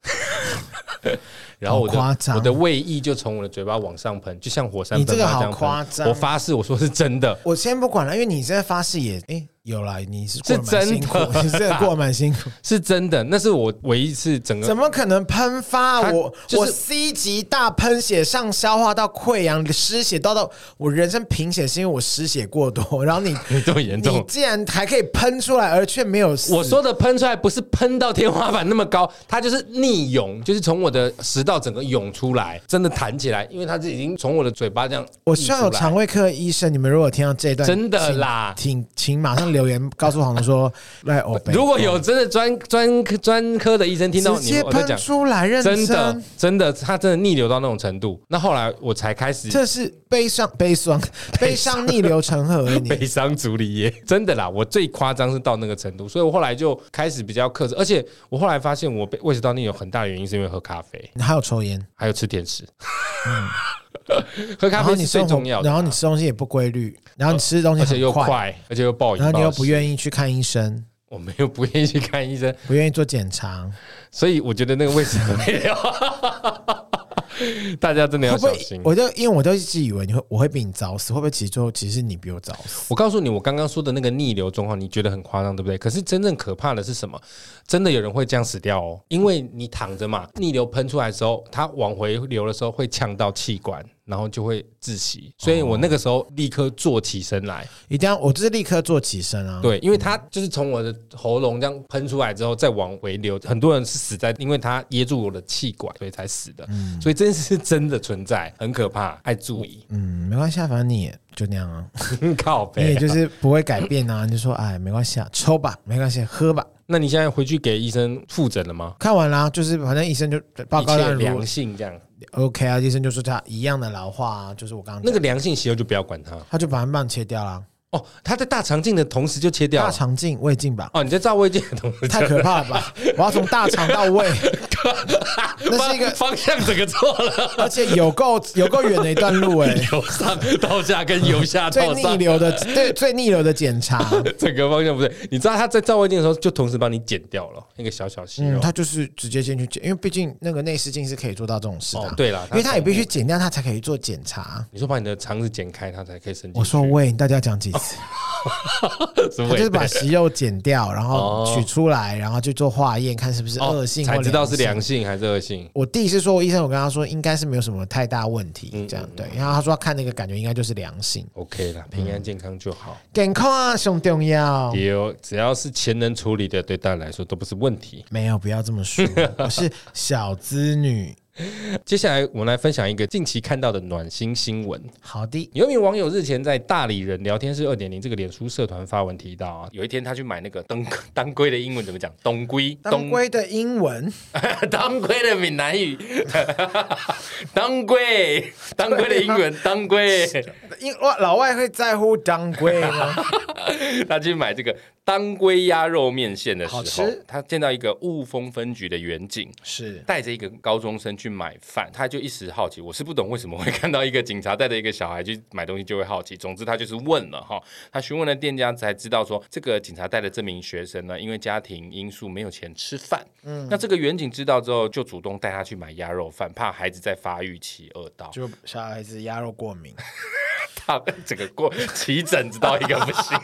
[SPEAKER 2] 然后我
[SPEAKER 1] 好夸
[SPEAKER 2] 的
[SPEAKER 1] 张
[SPEAKER 2] 我的胃液就从我的嘴巴往上喷，就像火山
[SPEAKER 1] 你
[SPEAKER 2] 喷
[SPEAKER 1] 这个
[SPEAKER 2] 发
[SPEAKER 1] 好
[SPEAKER 2] 这样
[SPEAKER 1] 夸
[SPEAKER 2] 喷。
[SPEAKER 1] 张
[SPEAKER 2] 我发誓，我说是真的。
[SPEAKER 1] 我先不管了，因为你现在发誓 也哎有啦，你是过得蛮
[SPEAKER 2] 是
[SPEAKER 1] 辛
[SPEAKER 2] 真
[SPEAKER 1] 苦
[SPEAKER 2] 的，
[SPEAKER 1] 你真的过得蛮辛 苦。
[SPEAKER 2] 是真的，那是我唯一一次整个
[SPEAKER 1] 怎么可能喷发？
[SPEAKER 2] 它
[SPEAKER 1] 我、
[SPEAKER 2] 就
[SPEAKER 1] 我
[SPEAKER 2] 是
[SPEAKER 1] C 级大喷血上消化到溃疡，失血到到我人生贫血是因为我失血过多， 然后你
[SPEAKER 2] 这么严
[SPEAKER 1] 你
[SPEAKER 2] 重。
[SPEAKER 1] 竟然还可以喷出来，而却没有死
[SPEAKER 2] 我说的喷出来不是喷到天花板那么高，它就是逆涌，就是从我的食道整个涌出来，真的弹起来，因为它是已经从我的嘴巴这样。
[SPEAKER 1] 我希望有肠，胃科医生，你们如果听到这一段，
[SPEAKER 2] 真的啦
[SPEAKER 1] 请请请马上留言告诉黄总 说，来，欧北
[SPEAKER 2] 如果有真的专专科专科的医生听到
[SPEAKER 1] 直
[SPEAKER 2] 你
[SPEAKER 1] 接
[SPEAKER 2] 我在
[SPEAKER 1] 喷
[SPEAKER 2] 讲，
[SPEAKER 1] 出来，认
[SPEAKER 2] 真
[SPEAKER 1] 真
[SPEAKER 2] 的真的，它真的逆流到那种程度。那后来我才开 始
[SPEAKER 1] 这是悲伤悲伤悲伤逆流成河，你
[SPEAKER 2] 悲伤竹里耶，真的啦，我最夸张是到那个程度，所以我后来就开始比较克制，而且我后来发现我被胃食道逆流很大的原因是因为喝咖啡，
[SPEAKER 1] 你还有抽烟，
[SPEAKER 2] 还有吃甜食。喝咖
[SPEAKER 1] 嗯然后
[SPEAKER 2] 啡
[SPEAKER 1] 你
[SPEAKER 2] 是最
[SPEAKER 1] 生活
[SPEAKER 2] 重要的啊，
[SPEAKER 1] 然后你吃东西也不规律，然后你吃东西
[SPEAKER 2] 而且又
[SPEAKER 1] 很快。
[SPEAKER 2] 快，而且又暴饮，
[SPEAKER 1] 然后你又不
[SPEAKER 2] 意，
[SPEAKER 1] 愿意去看医生，
[SPEAKER 2] 我们又不愿意去看医生，
[SPEAKER 1] 不愿意做检查，
[SPEAKER 2] 所以我觉得那个胃食道逆流，哦大家真的要
[SPEAKER 1] 会不
[SPEAKER 2] 小
[SPEAKER 1] 会
[SPEAKER 2] 心？。
[SPEAKER 1] 我就因为我都一直以为你会我会比你早死，会不会其实最后其实你比我早死？
[SPEAKER 2] 我告诉你，我刚刚说的那个逆流状况，你觉得很夸张，对不对？可是真正可怕的是什么？真的有人会这样死掉哦，因为你躺着嘛，逆流喷出来的时候，它往回流的时候会呛到气管，然后就会窒息。所以我那个时候立刻坐起身来，
[SPEAKER 1] 一定要我就是立刻坐起身啊！
[SPEAKER 2] 对，因为它就是从我的喉咙这样喷出来之后再往回流，很多人是死在因为它噎住我的气管，所以才死的。所以这件事是真的存在，很可怕，爱注意，
[SPEAKER 1] 嗯，没关系，啊，反正你也就那样啊，
[SPEAKER 2] 靠
[SPEAKER 1] 你也
[SPEAKER 2] 背。
[SPEAKER 1] 就是不会改变啊，你就说哎，没关系啊，抽吧，没关系，喝吧。
[SPEAKER 2] 那你现在回去给医生复诊了吗？
[SPEAKER 1] 看完啦、就是反正医生就报
[SPEAKER 2] 一
[SPEAKER 1] 告
[SPEAKER 2] 切
[SPEAKER 1] 让如
[SPEAKER 2] 良性这样。
[SPEAKER 1] OK 啊，医生就说他一样的老化啊，就是我刚刚
[SPEAKER 2] 那
[SPEAKER 1] 那
[SPEAKER 2] 个
[SPEAKER 1] 个，
[SPEAKER 2] 良性息肉就不要管它
[SPEAKER 1] 他就把它棒切掉了，
[SPEAKER 2] 哦，它在大肠镜的同时就切掉啊
[SPEAKER 1] 大
[SPEAKER 2] 了
[SPEAKER 1] 肠镜、胃镜吧，
[SPEAKER 2] 哦，你在照胃镜的同时
[SPEAKER 1] 太可怕了吧！我要从大肠到胃，那是一个，
[SPEAKER 2] 方向整个错了，
[SPEAKER 1] 而且有够有够远的一段 路哎、
[SPEAKER 2] 由上到下跟由下
[SPEAKER 1] 最
[SPEAKER 2] 到
[SPEAKER 1] 逆
[SPEAKER 2] 上。
[SPEAKER 1] 流的对最逆流的检 查，嗯
[SPEAKER 2] 整个方向不对，你知道它在照胃镜的时候就同时帮你剪掉了那个小小息
[SPEAKER 1] 嗯，
[SPEAKER 2] 肉，
[SPEAKER 1] 他就是直接进去检，因为毕竟那个内视镜是可以做到这种事的啊、
[SPEAKER 2] 哦对啦
[SPEAKER 1] 因为他也必须剪掉，他才可以做检查。
[SPEAKER 2] 你说把你的肠子剪开，它才可以伸进去。
[SPEAKER 1] 我说胃，你到底要讲几次？
[SPEAKER 2] 哦什么
[SPEAKER 1] 他
[SPEAKER 2] 味
[SPEAKER 1] 就是
[SPEAKER 2] 道？
[SPEAKER 1] 把息肉剪掉，然后
[SPEAKER 2] 哦
[SPEAKER 1] 取出来，然后去做化验，看是不是
[SPEAKER 2] 哦
[SPEAKER 1] 恶性、
[SPEAKER 2] 才知道是良。性还是恶性。
[SPEAKER 1] 我弟是说，医生我跟他说应该是没有什么太大问
[SPEAKER 2] 嗯
[SPEAKER 1] 题，这样对。然后他说他看那个感觉应该就是良性，
[SPEAKER 2] OK
[SPEAKER 1] 嗯
[SPEAKER 2] 啦，平安健康就好。
[SPEAKER 1] 健康啊，兄重要。
[SPEAKER 2] 也有只要是钱能处理的，对大家来说都不是问题。
[SPEAKER 1] 没有，不要这么说，我是小资女。
[SPEAKER 2] 接下来我们来分享一个近期看到的暖心新闻。
[SPEAKER 1] 好的，
[SPEAKER 2] 有一名网友日前在大理人聊天室二点零这个脸书社团发文提到啊，有一天他去买那个当当归的英文怎么讲？当归，
[SPEAKER 1] 当归的英文，
[SPEAKER 2] 东 当归的闽南语， 当归，当归的英文，当归。
[SPEAKER 1] 因哇老外会在乎当归 吗？
[SPEAKER 2] 他去买这个当归鸭肉面线的时
[SPEAKER 1] 好
[SPEAKER 2] 候
[SPEAKER 1] 吃，
[SPEAKER 2] 他见到一个雾峰分局的远景，
[SPEAKER 1] 是
[SPEAKER 2] 带着一个高中生去买饭，他就一时好奇，我是不懂为什么会看到一个警察带着一个小孩去买东西就会好奇。总之他就是问了哈，他询问了店家才知道说，这个警察带的这名学生呢，因为家庭因素没有钱吃饭。嗯，那这个远警知道之后，就主动带他去买鸭肉饭，怕孩子在发育期饿到，
[SPEAKER 1] 就小孩子鸭肉过敏，
[SPEAKER 2] 他整个过起疹子到一个不行。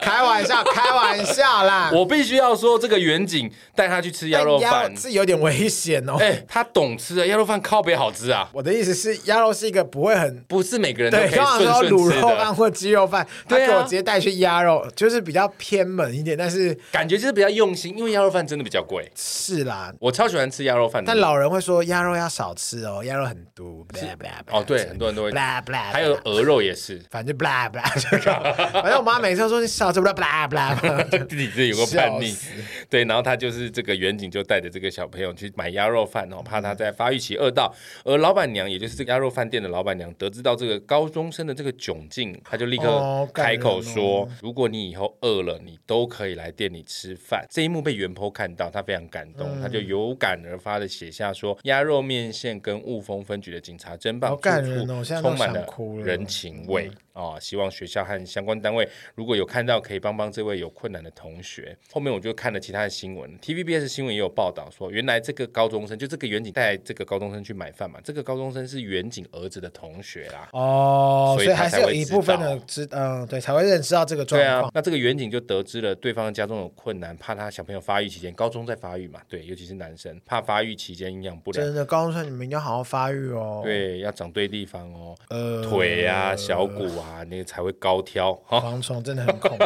[SPEAKER 1] 开玩笑，开玩笑啦。 哎
[SPEAKER 2] 我必须要说，这个远景带他去吃鸭肉饭，
[SPEAKER 1] 是有点危险哦。
[SPEAKER 2] 哎、他懂吃啊，鸭肉饭靠北好吃啊。
[SPEAKER 1] 我的意思是，鸭肉是一个不会很
[SPEAKER 2] 不是每个人都可
[SPEAKER 1] 对，
[SPEAKER 2] 以
[SPEAKER 1] 通常说
[SPEAKER 2] 顺顺
[SPEAKER 1] 卤
[SPEAKER 2] 吃
[SPEAKER 1] 肉啊饭
[SPEAKER 2] 的，
[SPEAKER 1] 或鸡肉饭，他
[SPEAKER 2] 对啊
[SPEAKER 1] 给我直接带去鸭肉，就是比较偏门一点，但是
[SPEAKER 2] 感觉就是比较用心，因为鸭肉饭真的比较贵。
[SPEAKER 1] 是啦。
[SPEAKER 2] 我超喜欢吃鸭肉饭的，
[SPEAKER 1] 但老人会说鸭肉要少吃哦，鸭肉很毒。blah blah blah
[SPEAKER 2] 哦对很多人都会
[SPEAKER 1] blah blah，
[SPEAKER 2] 还有
[SPEAKER 1] blah
[SPEAKER 2] 鹅肉
[SPEAKER 1] ，
[SPEAKER 2] 也是
[SPEAKER 1] 反正 blah blah，反正我妈每次都说你少吃不 blah blah blah。
[SPEAKER 2] 你自己有个叛逆
[SPEAKER 1] 笑死，
[SPEAKER 2] 对，然后他就是这个远景就带着这个小朋友去买鸭肉饭哦，怕他在发育期饿到，而老板娘也就是这个鸭肉饭店的老板娘得知到这个高中生的这个窘境，她就立刻
[SPEAKER 1] 哦感
[SPEAKER 2] 开
[SPEAKER 1] 人
[SPEAKER 2] 口
[SPEAKER 1] 哦
[SPEAKER 2] 说，如果你以后饿了，你都可以来店里吃饭。这一幕被袁坡看到，他非常感动，
[SPEAKER 1] 嗯
[SPEAKER 2] 他就有感而发的写下说：“鸭肉面线跟雾峰分局的警察真棒，
[SPEAKER 1] 好
[SPEAKER 2] 处
[SPEAKER 1] 感人哦我现在
[SPEAKER 2] 处
[SPEAKER 1] 都
[SPEAKER 2] 充满
[SPEAKER 1] 想
[SPEAKER 2] 了
[SPEAKER 1] 哭了嗯
[SPEAKER 2] 人情味。”哦，希望学校和相关单位如果有看到，可以帮帮这位有困难的同学。后面我就看了其他的新闻，TVBS 新闻也有报道说，原来这个高中生就这个远景带这个高中生去买饭嘛，这个高中生是远景儿子的同学啦。
[SPEAKER 1] 哦，
[SPEAKER 2] 所
[SPEAKER 1] 所
[SPEAKER 2] 以
[SPEAKER 1] 以
[SPEAKER 2] 他
[SPEAKER 1] 还是
[SPEAKER 2] 才
[SPEAKER 1] 有
[SPEAKER 2] 会
[SPEAKER 1] 一
[SPEAKER 2] 知
[SPEAKER 1] 部分
[SPEAKER 2] 道
[SPEAKER 1] 的知，嗯，对，才会认识到这个状
[SPEAKER 2] 对啊
[SPEAKER 1] 况，。
[SPEAKER 2] 那这个远景就得知了对方家中有困难，怕他小朋友发育期间，高中在发育嘛，对，尤其是男生，怕发育期间营养不良，
[SPEAKER 1] 真的，高中生你们要好好发育哦。，
[SPEAKER 2] 对，要长对地方哦，
[SPEAKER 1] 呃
[SPEAKER 2] 腿啊、小骨啊，那个才会高挑哈。
[SPEAKER 1] 蝗虫真的很恐怖。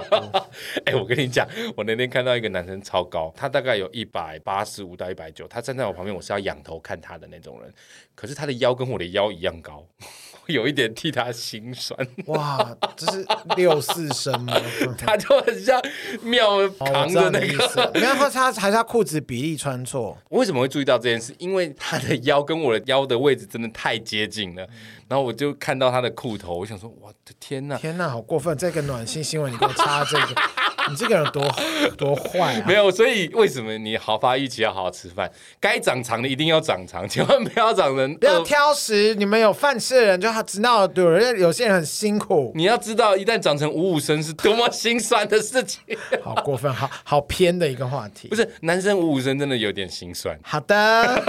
[SPEAKER 2] 哎、我跟你讲，我那天看到一个男生超高，他大概有一百八十五到一百九，他站在我旁边，我是要仰头看他的那种人，可是他的腰跟我的腰一样高， 我有一点替他心酸，
[SPEAKER 1] 哇，这是六四声吗？
[SPEAKER 2] 他就很像庙
[SPEAKER 1] 哦我
[SPEAKER 2] 扛
[SPEAKER 1] 知
[SPEAKER 2] 着
[SPEAKER 1] 道
[SPEAKER 2] 那
[SPEAKER 1] 你的意思
[SPEAKER 2] 个。
[SPEAKER 1] 了，没有，或他还是他裤子比例穿错，
[SPEAKER 2] 我为什么会注意到这件事？因为他的腰跟我的腰的位置真的太接近了，然后我就看到他的裤头，我想说，我的天呐、
[SPEAKER 1] 天哪，好过分！这个暖心新闻你给我插这个，你这个人多多坏啊！
[SPEAKER 2] 没有，所以为什么你好发育期要好好吃饭？该长长的一定要长长，千万不要长成
[SPEAKER 1] 不要
[SPEAKER 2] 二
[SPEAKER 1] 挑食，你们有饭吃的人就好，知道有人有些人很辛苦，
[SPEAKER 2] 你要知道，一旦长成五五身是多么心酸的事情。
[SPEAKER 1] 好过分，好好偏的一个话题
[SPEAKER 2] 不。是男生五五身真的有点心酸，
[SPEAKER 1] 好的，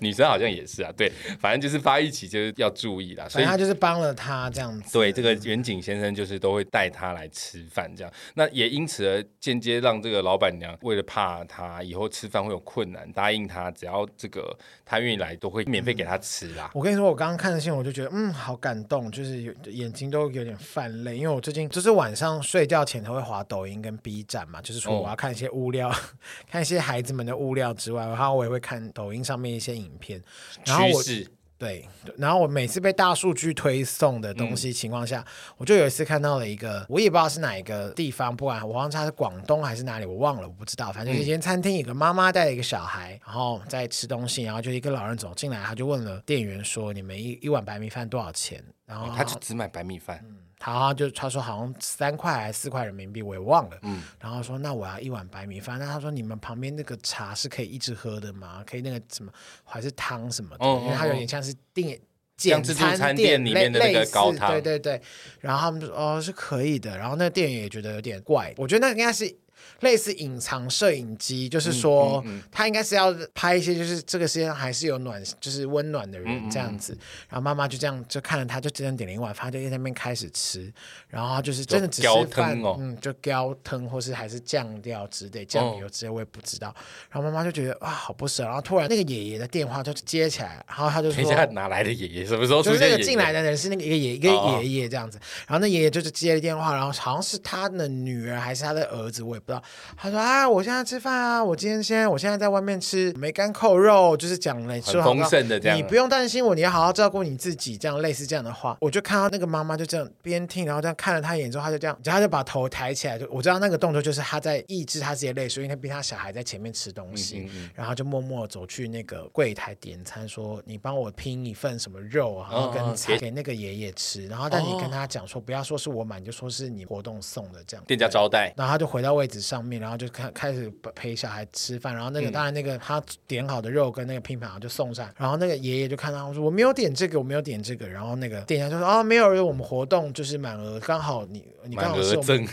[SPEAKER 2] 女生好像也是啊。对，反正就是发育期就是要注意啦。所
[SPEAKER 1] 反
[SPEAKER 2] 以
[SPEAKER 1] 正他就是帮了他这样子。
[SPEAKER 2] 对这个远景先生就是都会带他来吃饭这样，那也因此而间接让这个老板娘为了怕他以后吃饭会有困难，答应他只要这个他愿意来都会免费给他吃啦。
[SPEAKER 1] 我跟你说，我刚刚看的新闻，我就觉得嗯，好感动，就是有眼睛都有点泛泪，因为我最近就是晚上睡觉前头会滑抖音跟 B 站嘛，就是说
[SPEAKER 2] 哦
[SPEAKER 1] 我要看一些物料， 看一些孩子们的物料之外，然后我也会看抖音上面一些影片，嗯然后
[SPEAKER 2] 趋
[SPEAKER 1] 我
[SPEAKER 2] 势
[SPEAKER 1] 对，然后我每次被大数据推送的东西情况下，我就有一次看到了一个，我也不知道是哪一个地方，不管我忘记它是广东还是哪里，我忘了，我不知道。反正就是一间餐厅，一个妈妈带了一个小孩，然后在吃东西，然后就一个老人走进来，他就问了店员说：“你们一一碗白米饭多少钱？”然后
[SPEAKER 2] 哦他就只买白米饭，
[SPEAKER 1] 他好像就他说好像三块还是四块人民币，我也忘了。嗯，然后说那我要一碗白米饭。那他说你们旁边那个茶是可以一直喝的吗？可以那个什么还是汤什么的？
[SPEAKER 2] 哦哦
[SPEAKER 1] 因为它有点像是订
[SPEAKER 2] 像
[SPEAKER 1] 简
[SPEAKER 2] 自助
[SPEAKER 1] 餐
[SPEAKER 2] 餐
[SPEAKER 1] 店
[SPEAKER 2] 店里面的那个
[SPEAKER 1] 类似
[SPEAKER 2] 高汤
[SPEAKER 1] 对对对。然后他们就说哦是可以的。然后那个店员也觉得有点怪，我觉得那应该是。类似隐藏摄影机，就是说，
[SPEAKER 2] 嗯
[SPEAKER 1] 他应该是要拍一些，就是这个世界上还是有暖，就是温暖的人这样子。
[SPEAKER 2] 嗯
[SPEAKER 1] 然后妈妈就这样就看着他，就真的点了一碗饭，他就在那边开始吃。然后他就是真的只
[SPEAKER 2] 浇
[SPEAKER 1] 是饭，
[SPEAKER 2] 汤哦
[SPEAKER 1] 嗯，就浇汤或是还是酱料之类，酱油之类，我也不知道。然后妈妈就觉得哇，好不舍。然后突然那个爷爷的电话就接起来，然后他就
[SPEAKER 2] 等
[SPEAKER 1] 说
[SPEAKER 2] 一。下哪来的爷爷？什么时候
[SPEAKER 1] 就
[SPEAKER 2] 出
[SPEAKER 1] 是那
[SPEAKER 2] 现
[SPEAKER 1] 个
[SPEAKER 2] 爷爷
[SPEAKER 1] 进来的人是那个一个爷一个
[SPEAKER 2] 哦哦
[SPEAKER 1] 爷爷这样子，然后那爷爷就是接了电话，然后好像是他的女儿还是他的儿子，我也不知道。他说啊，我现在吃饭啊，我今天现在我现在在外面吃梅干扣肉，就是讲了说好
[SPEAKER 2] 丰盛的这样
[SPEAKER 1] 你不用担心我，你要好好照顾你自己，这样类似这样的话，我就看到那个妈妈就这样边听，然后这样看了他一眼之后，他就这样，然后他就把头抬起来，就我知道那个动作就是他在抑制他自己的泪水，因为他逼他小孩在前面吃东西，
[SPEAKER 2] 嗯
[SPEAKER 1] 然后就默默走去那个柜台点餐，说你帮我拼一份什么肉啊，然后
[SPEAKER 2] 嗯嗯
[SPEAKER 1] 跟
[SPEAKER 2] 给哦
[SPEAKER 1] 菜给那个爷爷吃，然后但你跟他讲说不要说是我买，你就说是你活动送的这样。
[SPEAKER 2] 店家招待，
[SPEAKER 1] 然后他就回到位置上面，然后就开开始陪小孩吃饭。然后那
[SPEAKER 2] 嗯
[SPEAKER 1] 个、当然那个他点好的肉跟那个拼盘好就送上来，然后那个爷爷就看到我说我没有点这个，我没有点这个。然后那个店家就说哦没有，因为我们活动就是满额，刚好你你
[SPEAKER 2] 满
[SPEAKER 1] 刚好是
[SPEAKER 2] 额
[SPEAKER 1] 我们
[SPEAKER 2] 赠，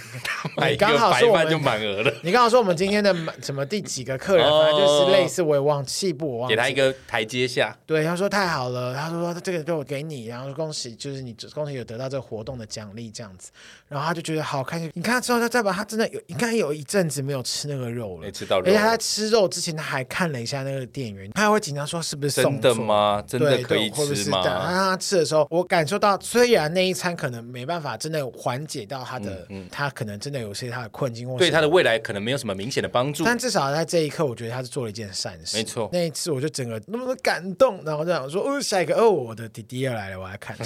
[SPEAKER 2] 买一个
[SPEAKER 1] 刚好
[SPEAKER 2] 白
[SPEAKER 1] 是我
[SPEAKER 2] 饭
[SPEAKER 1] 们
[SPEAKER 2] 就满 额了，
[SPEAKER 1] 你刚刚说我们今天的满什么第几个客人，
[SPEAKER 2] 哦
[SPEAKER 1] 反正就是类似，我也忘记不，我忘记
[SPEAKER 2] 给他一个台阶下。
[SPEAKER 1] 对，他说太好了，他说这个就我给你，然后恭喜，就是你恭喜有得到这个活动的奖励这样子，然后他就觉得好开心。你看他之后，他再把他真的有应该有一阵子没有吃那个肉了
[SPEAKER 2] 没，哎吃到
[SPEAKER 1] 而
[SPEAKER 2] 肉
[SPEAKER 1] 且，哎他在吃肉之前，他还看了一下那个店员，他还会紧张说是不是送
[SPEAKER 2] 真的
[SPEAKER 1] 错
[SPEAKER 2] 吗？真的
[SPEAKER 1] 对
[SPEAKER 2] 可
[SPEAKER 1] 对
[SPEAKER 2] 以
[SPEAKER 1] 会不会
[SPEAKER 2] 吃
[SPEAKER 1] 是这样然后
[SPEAKER 2] 吗？
[SPEAKER 1] 他吃的时候，我感受到，虽然那一餐可能没办法真的缓解到他的，他可能真的有些他的困境或
[SPEAKER 2] 嗯对
[SPEAKER 1] 是
[SPEAKER 2] 他的未来可能没有什么明显的帮助。
[SPEAKER 1] 但至少在这一刻，我觉得他是做了一件善事。
[SPEAKER 2] 没错
[SPEAKER 1] 那一次我就整个那么的感动，然后就想说，哦，下一个哦，我的弟弟要来了，我要 看。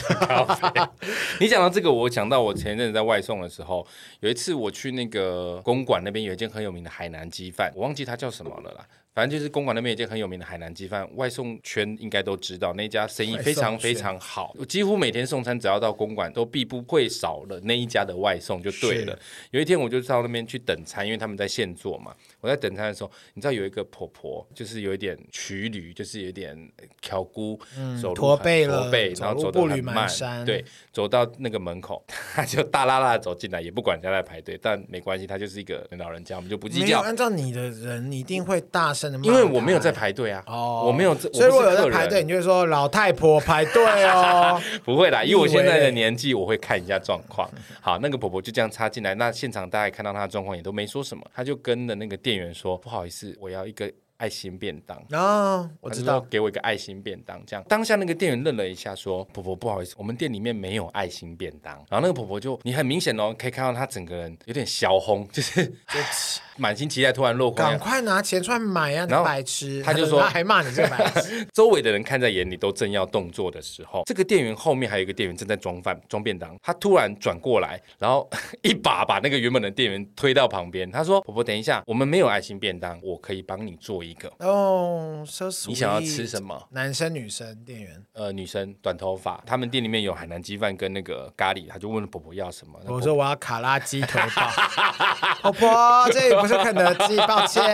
[SPEAKER 2] 你讲到这个，我想到我前一阵子在外送的时候，有一次我去那个公馆那边有一间很有名的海南鸡饭，我忘记它叫什么了啦。反正就是公馆那边有一间很有名的海南鸡饭，外送圈应该都知道，那家生意非常
[SPEAKER 1] 外送圈
[SPEAKER 2] 非常好。我几乎每天送餐，只要到公馆都必不会少了那一家的外送就对了。有一天我就到那边去等餐，因为他们在现做嘛。我在等餐的时候，你知道有一个婆婆，就是有一点曲驴，就是有一点呃挑姑，走
[SPEAKER 1] 嗯
[SPEAKER 2] 路
[SPEAKER 1] 驼
[SPEAKER 2] 很
[SPEAKER 1] 背
[SPEAKER 2] 驼
[SPEAKER 1] 了
[SPEAKER 2] 背，
[SPEAKER 1] 走
[SPEAKER 2] 然后
[SPEAKER 1] 路
[SPEAKER 2] 走得
[SPEAKER 1] 步履
[SPEAKER 2] 很
[SPEAKER 1] 蹒
[SPEAKER 2] 慢，
[SPEAKER 1] 跚
[SPEAKER 2] 对，走到那个门口， 他就大拉拉地走进来，也不管人家在排队，但没关系，他就是一个老人家，我们就不计
[SPEAKER 1] 没有
[SPEAKER 2] 较，
[SPEAKER 1] 按照你的人，你一定会大声的骂，
[SPEAKER 2] 因为我没有在。排队啊，
[SPEAKER 1] 哦，
[SPEAKER 2] 我没有这，
[SPEAKER 1] 所以如
[SPEAKER 2] 我
[SPEAKER 1] 果
[SPEAKER 2] 不
[SPEAKER 1] 有
[SPEAKER 2] 是
[SPEAKER 1] 在
[SPEAKER 2] 客
[SPEAKER 1] 排队，
[SPEAKER 2] 人，
[SPEAKER 1] 你就会说老太婆排队 哦。
[SPEAKER 2] 不会啦，以
[SPEAKER 1] 以为
[SPEAKER 2] 我现在的年纪，我会看一下状况。好，那个婆婆就这样插进来，那现场大家看到她的状况也都没说什么，她就跟了那个店员说：“不好意思，我要一个爱心便当。”
[SPEAKER 1] 然后我知
[SPEAKER 2] 他就
[SPEAKER 1] 道
[SPEAKER 2] 说，给我一个爱心便当，这样。当下那个店员愣了一下，说：“婆婆，不好意思，我们店里面没有爱心便当。”然后那个婆婆就，你很明显哦，可以看到她整个人有点小红，就是
[SPEAKER 1] 就
[SPEAKER 2] 满心期待突然落
[SPEAKER 1] 赶
[SPEAKER 2] 空，
[SPEAKER 1] 快拿钱出来买啊！你
[SPEAKER 2] 啊然后
[SPEAKER 1] 白痴，
[SPEAKER 2] 他就说
[SPEAKER 1] 还骂你这个白 痴，
[SPEAKER 2] 周围的人看在眼里，都正要动作的时候，这个店员后面还有一个店员正在装饭装便当，他突然转过来，然后 一把把那个原本的店员推到旁边，他说：“婆婆，等一下，我们没有爱心便当，我可以帮你做一个。
[SPEAKER 1] 哦，so sweet，
[SPEAKER 2] 你想要吃什么？
[SPEAKER 1] 男生女生店员，
[SPEAKER 2] 呃，女生短头发，他们店里面有海南鸡饭跟那个咖喱，他就问婆婆要什么。那
[SPEAKER 1] 我
[SPEAKER 2] 婆
[SPEAKER 1] 说我要卡拉鸡腿堡，婆婆，这里不是肯德基，抱歉。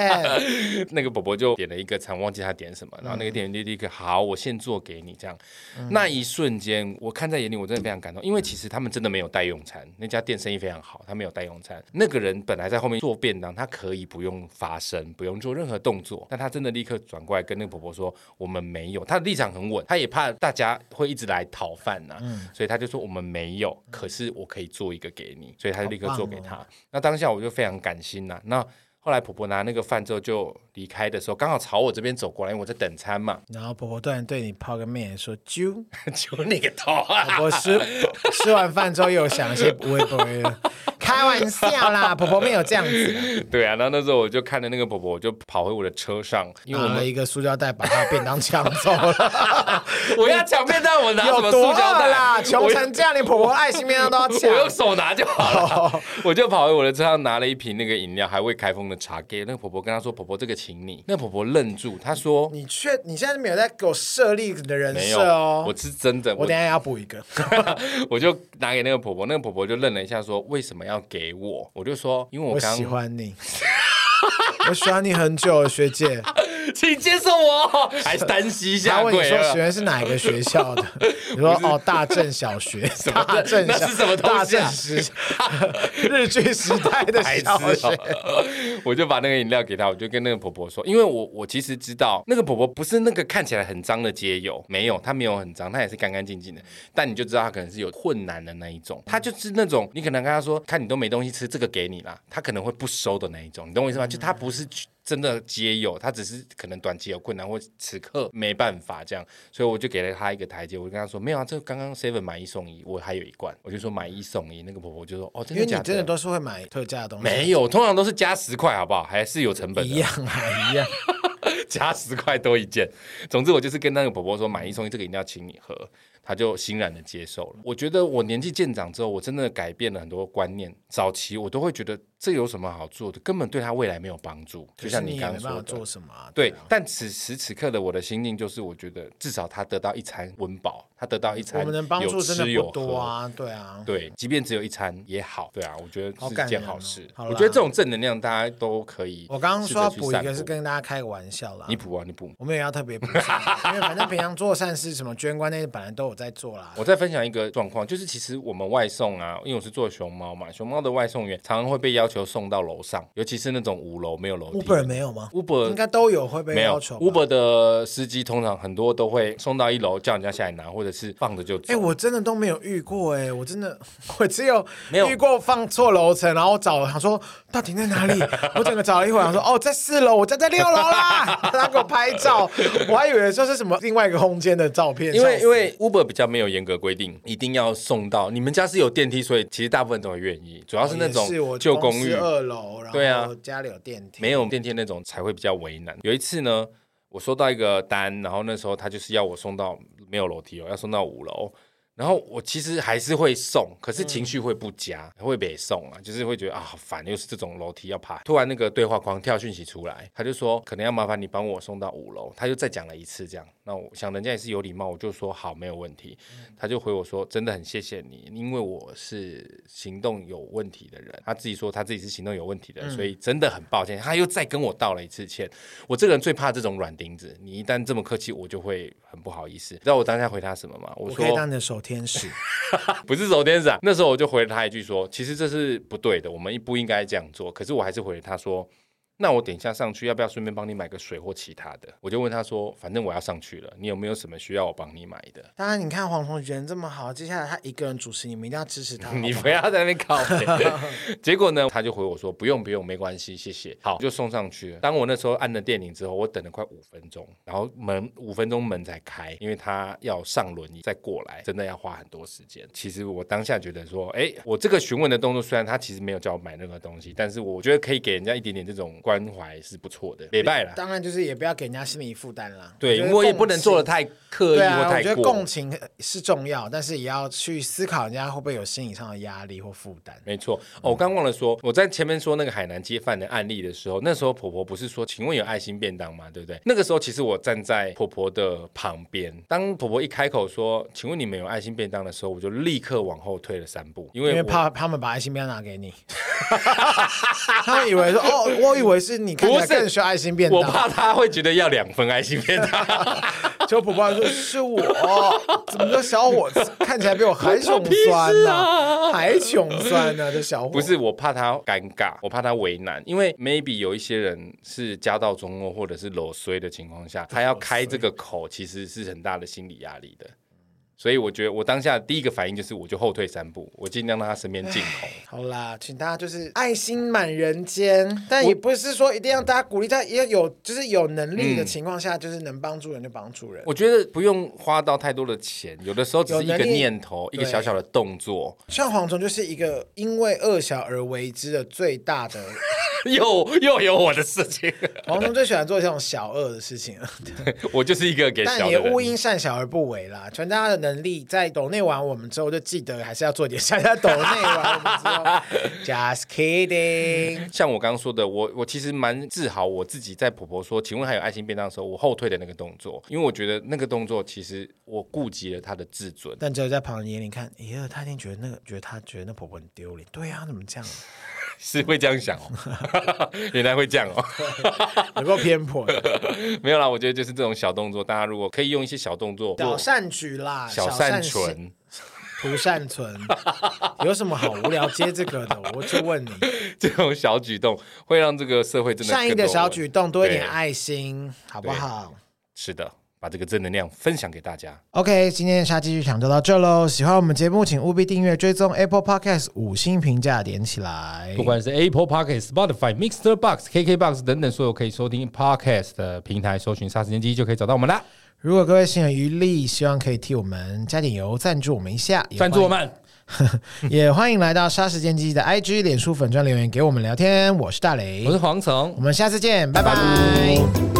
[SPEAKER 2] 那个伯伯就点了一个餐，忘记他点什么，然后那个店员就立刻好，我现做给你这样。
[SPEAKER 1] 嗯
[SPEAKER 2] 那一瞬间，我看在眼里，我真的非常感动，因为其实他们真的没有代用餐，那家店生意非常好，他没有代用餐。那个人本来在后面做便当，他可以不用发声，不用做任何动作，但他真的立刻转过来跟那个婆婆说：“我们没有。”他的立场很稳，他也怕大家会一直来讨饭呐、
[SPEAKER 1] 嗯
[SPEAKER 2] 所以他就说：“我们没有，可是我可以做一个给你。”所以他就立刻
[SPEAKER 1] 好棒
[SPEAKER 2] 做
[SPEAKER 1] 哦
[SPEAKER 2] 给他。那当下我就非常感心呐、那后来婆婆拿那个饭之后就离开的时候，刚好朝我这边走过来，因为我在等餐嘛。
[SPEAKER 1] 然后婆婆突然对你抛个面说啾，
[SPEAKER 2] 就你个头啊！
[SPEAKER 1] 婆婆吃吃完饭之后又想一些不会不会的，开玩笑啦，婆婆没有这样子啦，
[SPEAKER 2] 对啊，然后那时候我就看着那个婆婆，我就跑回我的车上，因为我
[SPEAKER 1] 拿了
[SPEAKER 2] 们
[SPEAKER 1] 一个塑胶袋把她的便当抢走了，
[SPEAKER 2] 我要抢便当， 我拿什
[SPEAKER 1] 有
[SPEAKER 2] 么
[SPEAKER 1] 多
[SPEAKER 2] 塑胶
[SPEAKER 1] 饿啦？
[SPEAKER 2] 袋？
[SPEAKER 1] 穷
[SPEAKER 2] 我
[SPEAKER 1] 成这样，连婆婆的爱心便当都要抢
[SPEAKER 2] 我。用手拿就 好了。我就跑回我的车上拿了一瓶那个饮料，还未开封的茶给那个婆婆，跟她说：“婆婆，这个请你。”那婆婆愣住，她说
[SPEAKER 1] 你确你现在没有在给我设立你的：“人
[SPEAKER 2] 没有
[SPEAKER 1] 设哦，，
[SPEAKER 2] 我是真的。”
[SPEAKER 1] 我等一下要补一个，
[SPEAKER 2] 我就拿给那个婆婆，那个婆婆就愣了一下，说：“为什么要给我？”我就说：“因为
[SPEAKER 1] 我
[SPEAKER 2] 我刚
[SPEAKER 1] 喜欢你，我喜欢你很久了，学 姐。
[SPEAKER 2] 请接受我，还是单膝
[SPEAKER 1] 他
[SPEAKER 2] 下
[SPEAKER 1] 问你
[SPEAKER 2] 跪
[SPEAKER 1] 说
[SPEAKER 2] 了
[SPEAKER 1] 学。院是哪个学校 的？你说哦，大正小学，
[SPEAKER 2] 么
[SPEAKER 1] 大正
[SPEAKER 2] 那
[SPEAKER 1] 小
[SPEAKER 2] 是什么东
[SPEAKER 1] 大
[SPEAKER 2] 西啊
[SPEAKER 1] 正时 日据时代的
[SPEAKER 2] 白痴
[SPEAKER 1] 小学，
[SPEAKER 2] 哦！ 我就把那个饮料给她，我就跟那个婆婆说，因为我我其实知道那个婆婆不是那个看起来很脏的街友，没有，她没有很脏，她也是干干净净的，但你就知道她可能是有困难的那一种，她就是那种你可能跟她说，看你都没东西吃，这个给你啦，她可能会不收的那一种，你懂我意思
[SPEAKER 1] 嗯
[SPEAKER 2] 吗？就她不是真的街友，她只是可能短期有困难或此刻没办法这样，所以我就给了她一个台阶，我就跟她说，没有啊，这个刚刚 seven 买一送一，我还有一罐，我就说买一送一，那个婆婆就说，哦，真
[SPEAKER 1] 因
[SPEAKER 2] 的
[SPEAKER 1] 为你
[SPEAKER 2] 假
[SPEAKER 1] 真的都是会买特价的东西，
[SPEAKER 2] 没有，通常都是加十块，好不好？还是有成本
[SPEAKER 1] 一
[SPEAKER 2] 的，
[SPEAKER 1] 样啊，一样。
[SPEAKER 2] 加十块多一件。总之，我就是跟那个婆婆说，买一送一，这个饮料请你喝，她就欣然的接受了。我觉得我年纪渐长之后，我真的改变了很多观念。早期我都会觉得这有什么好做的，根本对她未来没有帮助。就像
[SPEAKER 1] 你也
[SPEAKER 2] 刚
[SPEAKER 1] 没
[SPEAKER 2] 刚
[SPEAKER 1] 办法
[SPEAKER 2] 说
[SPEAKER 1] 做
[SPEAKER 2] 的。
[SPEAKER 1] 什么啊，
[SPEAKER 2] 对
[SPEAKER 1] 啊，
[SPEAKER 2] 但此时此刻的我的心境就是，我觉得至少她得到一餐温饱，她得到一餐
[SPEAKER 1] 我们能帮助
[SPEAKER 2] 有
[SPEAKER 1] 真的
[SPEAKER 2] 吃有
[SPEAKER 1] 不
[SPEAKER 2] 喝
[SPEAKER 1] 多啊，对啊。
[SPEAKER 2] 对，即便只有一餐也好，对啊，我觉得
[SPEAKER 1] 好
[SPEAKER 2] 是
[SPEAKER 1] 感
[SPEAKER 2] 件
[SPEAKER 1] 人
[SPEAKER 2] 好
[SPEAKER 1] 哦
[SPEAKER 2] 事。
[SPEAKER 1] 好
[SPEAKER 2] 我
[SPEAKER 1] 啦
[SPEAKER 2] 觉得这种正能量大家都可以。
[SPEAKER 1] 我刚刚说要补一个是跟大家开个玩笑啦，
[SPEAKER 2] 你补啊，你补。
[SPEAKER 1] 我们也要特别补什么，因为 反正平常做善事什么捐官那些本来都有在做啦。
[SPEAKER 2] 我再分享一个状况，就是其实我们外送啊，因为我是做熊猫嘛，熊猫的外送员常常会被要求送到楼上，尤其是那种五楼没有楼梯
[SPEAKER 1] Uber 没有吗
[SPEAKER 2] Uber
[SPEAKER 1] 应该都有会被
[SPEAKER 2] 没有
[SPEAKER 1] 要求吧。
[SPEAKER 2] ，Uber 的司机通常很多都会送到一楼，叫人家下来拿，或者是放着就走。
[SPEAKER 1] 哎、我真的都没有遇过哎、我真的我只有
[SPEAKER 2] 没有
[SPEAKER 1] 遇过放错楼层，然后我找想说到底在哪 里，我整个找了一会儿，想说哦在四楼，我站在六楼 啦，他给我拍照，我还以为说是什么另外一个空间的照片，
[SPEAKER 2] 因
[SPEAKER 1] 笑
[SPEAKER 2] 为
[SPEAKER 1] 死
[SPEAKER 2] 因为 Uber 比较没有严格规定，一定要送到。你们家是有电梯，所以其实大部分都会愿意，主要是那
[SPEAKER 1] 哦也是
[SPEAKER 2] 种
[SPEAKER 1] 我
[SPEAKER 2] 旧公
[SPEAKER 1] 司
[SPEAKER 2] 寓。
[SPEAKER 1] 二楼，
[SPEAKER 2] 对
[SPEAKER 1] 然
[SPEAKER 2] 啊
[SPEAKER 1] 后家里有电梯，
[SPEAKER 2] 没有电梯那种才会比较为难。有一次呢，我收到一个单，然后那时候他就是要我送到没有楼梯哦，要送到五楼。然后我其实还是会送，可是情绪会不佳，会被送啊，就是会觉得啊好烦，又是这种楼梯要爬。突然那个对话框跳讯息出来，他就说可能要麻烦你帮我送到五楼，他就再讲了一次这样。那我想人家也是有礼貌，我就说好，没有问题。他就回我说：“真的很谢谢你，因为我是行动有问题的人。”他自己说他自己是行动有问题的，所以真的很抱歉。他又再跟我道了一次歉。我这个人最怕这种软钉子，你一旦这么客气，我就会很不好意思。你知道我当下回他什么吗？我
[SPEAKER 1] 我
[SPEAKER 2] 说
[SPEAKER 1] 可以当你的守天使，
[SPEAKER 2] 不是守天使啊。那时候我就回了他一句说：“其实这是不对的，我们不应该这样做。”可是我还是回了他说。那我等一下上去，要不要顺便帮你买个水或其他的？”我就问他说：“反正我要上去了，你有没有什么需要我帮你买的？”
[SPEAKER 1] 当然，你看黄同学人这么好，接下来他一个人主持，你们一定要支持他。
[SPEAKER 2] 你
[SPEAKER 1] 好不
[SPEAKER 2] 不要在那边靠 北。结果呢，他就回我说不用不用，没关系，谢谢。好，就送上去了。当我那时候按了电铃之后，我等了快五分钟，然后门五分钟门才开，因为他要上轮椅再过来，真的要花很多时间。其实我当下觉得说，哎、我这个询问的动作虽然他其实没有叫我买任何东西，但是我觉得可以给人家一点点这种关怀是不错的，礼拜
[SPEAKER 1] 好
[SPEAKER 2] 啦。
[SPEAKER 1] 当然就是也不要给人家心理负担啦。
[SPEAKER 2] 对，
[SPEAKER 1] 我觉
[SPEAKER 2] 因
[SPEAKER 1] 得
[SPEAKER 2] 为我也不能做的
[SPEAKER 1] 共情。
[SPEAKER 2] 太刻意
[SPEAKER 1] 对
[SPEAKER 2] 或
[SPEAKER 1] 啊，我
[SPEAKER 2] 太
[SPEAKER 1] 觉得
[SPEAKER 2] 过。
[SPEAKER 1] 共情是重要，但是也要去思考人家会不会有心理上的压力或负担。
[SPEAKER 2] 没错，哦，我刚忘了说，我在前面说那个海南街饭的案例的时候，那时候婆婆不是说，请问有爱心便当吗？对不对？那个时候其实我站在婆婆的旁边，当婆婆一开口说，请问你们有爱心便当的时候，我就立刻往后退了三步，因为
[SPEAKER 1] 因为
[SPEAKER 2] 我
[SPEAKER 1] 怕他们把爱心便当拿给你， 他们以为说哦，我以为是你看起来
[SPEAKER 2] 不是
[SPEAKER 1] 更需要爱心便
[SPEAKER 2] 我
[SPEAKER 1] 当，
[SPEAKER 2] 怕她会觉得要两份爱心便当，
[SPEAKER 1] 结果婆婆还说是我，怎么这小伙子看起来比我还穷酸呢、还穷酸呢、这小伙
[SPEAKER 2] 啊不是我怕她尴尬，我怕她为难，因为 maybe 有一些人是家道中落或者是裸衰的情况下，她要开这个口，其实是很大的心理压力的。所以我觉得我当下第一个反应就是，我就后退三步，我尽量让他身边进口。
[SPEAKER 1] 好啦，请大家就是爱心满人间，但也不是说一定要大家鼓励，但也有就是有能力的情况下，就是能帮助人就帮助人。
[SPEAKER 2] 我觉得不用花到太多的钱，有的时候只是一
[SPEAKER 1] 有
[SPEAKER 2] 个
[SPEAKER 1] 能力
[SPEAKER 2] 念头，一个
[SPEAKER 1] 对
[SPEAKER 2] 小小的动作，
[SPEAKER 1] 像黄虫就是一个因为恶小而为之的最大 的，
[SPEAKER 2] 又又有我的事情，
[SPEAKER 1] 黄虫最喜欢做这种小恶的事情了。
[SPEAKER 2] 我就是一个给
[SPEAKER 1] 但
[SPEAKER 2] 小
[SPEAKER 1] 也
[SPEAKER 2] 的
[SPEAKER 1] 勿
[SPEAKER 2] 人。
[SPEAKER 1] 因善小而不为啦。全大家的能力在抖内完我们之后，就记得还是要做点下下抖内完我们之 后，just kidding。
[SPEAKER 2] 像我刚刚说的，我我其实蛮自豪我自己在婆婆说“请问还有爱心便当”的时候，我后退的那个动作，因为我觉得那个动作其实我顾及了她的自尊。
[SPEAKER 1] 但只有在旁人眼里看，哎呀，他一定觉得那个，觉得他觉得那婆婆很丢脸。对啊，怎么这样？
[SPEAKER 2] 是会这样想哦， 原来会这样哦，
[SPEAKER 1] 有够偏颇的，
[SPEAKER 2] 没有啦，我觉得就是这种小动作，大家如果可以用一些小动作，
[SPEAKER 1] 小善举啦，
[SPEAKER 2] 小善
[SPEAKER 1] 善事
[SPEAKER 2] 存，
[SPEAKER 1] 不善存，有什么好无聊接这个的？我就问你，
[SPEAKER 2] 这种小举动会让这个社会真的
[SPEAKER 1] 善意
[SPEAKER 2] 更
[SPEAKER 1] 的
[SPEAKER 2] 多
[SPEAKER 1] 小
[SPEAKER 2] 人
[SPEAKER 1] 举动，多一点
[SPEAKER 2] 对
[SPEAKER 1] 爱心，好不
[SPEAKER 2] 对
[SPEAKER 1] 好？
[SPEAKER 2] 是的，把这个正能量分享给大家。
[SPEAKER 1] OK，今天的杀鸡剧场就到这喽。喜欢我们节目，请务必订阅、追踪 Apple Podcast 五星评价点起来
[SPEAKER 3] 不。管是 Apple Podcast、Spotify、Mixer Box、KK Box 等等所有可以收听 Podcast 的平台，搜寻“杀时间机”就可以找到我们啦。
[SPEAKER 1] 如果各位心有余力，希望可以替我们加点油，赞助我们一下，也欢
[SPEAKER 3] 赞
[SPEAKER 1] 迎
[SPEAKER 3] 助我，们，
[SPEAKER 1] 也欢迎 来到杀时间机的 IG、脸书粉专留言给我们聊天。我是大雷
[SPEAKER 3] 我，是黄成
[SPEAKER 1] 我，们下次见，拜拜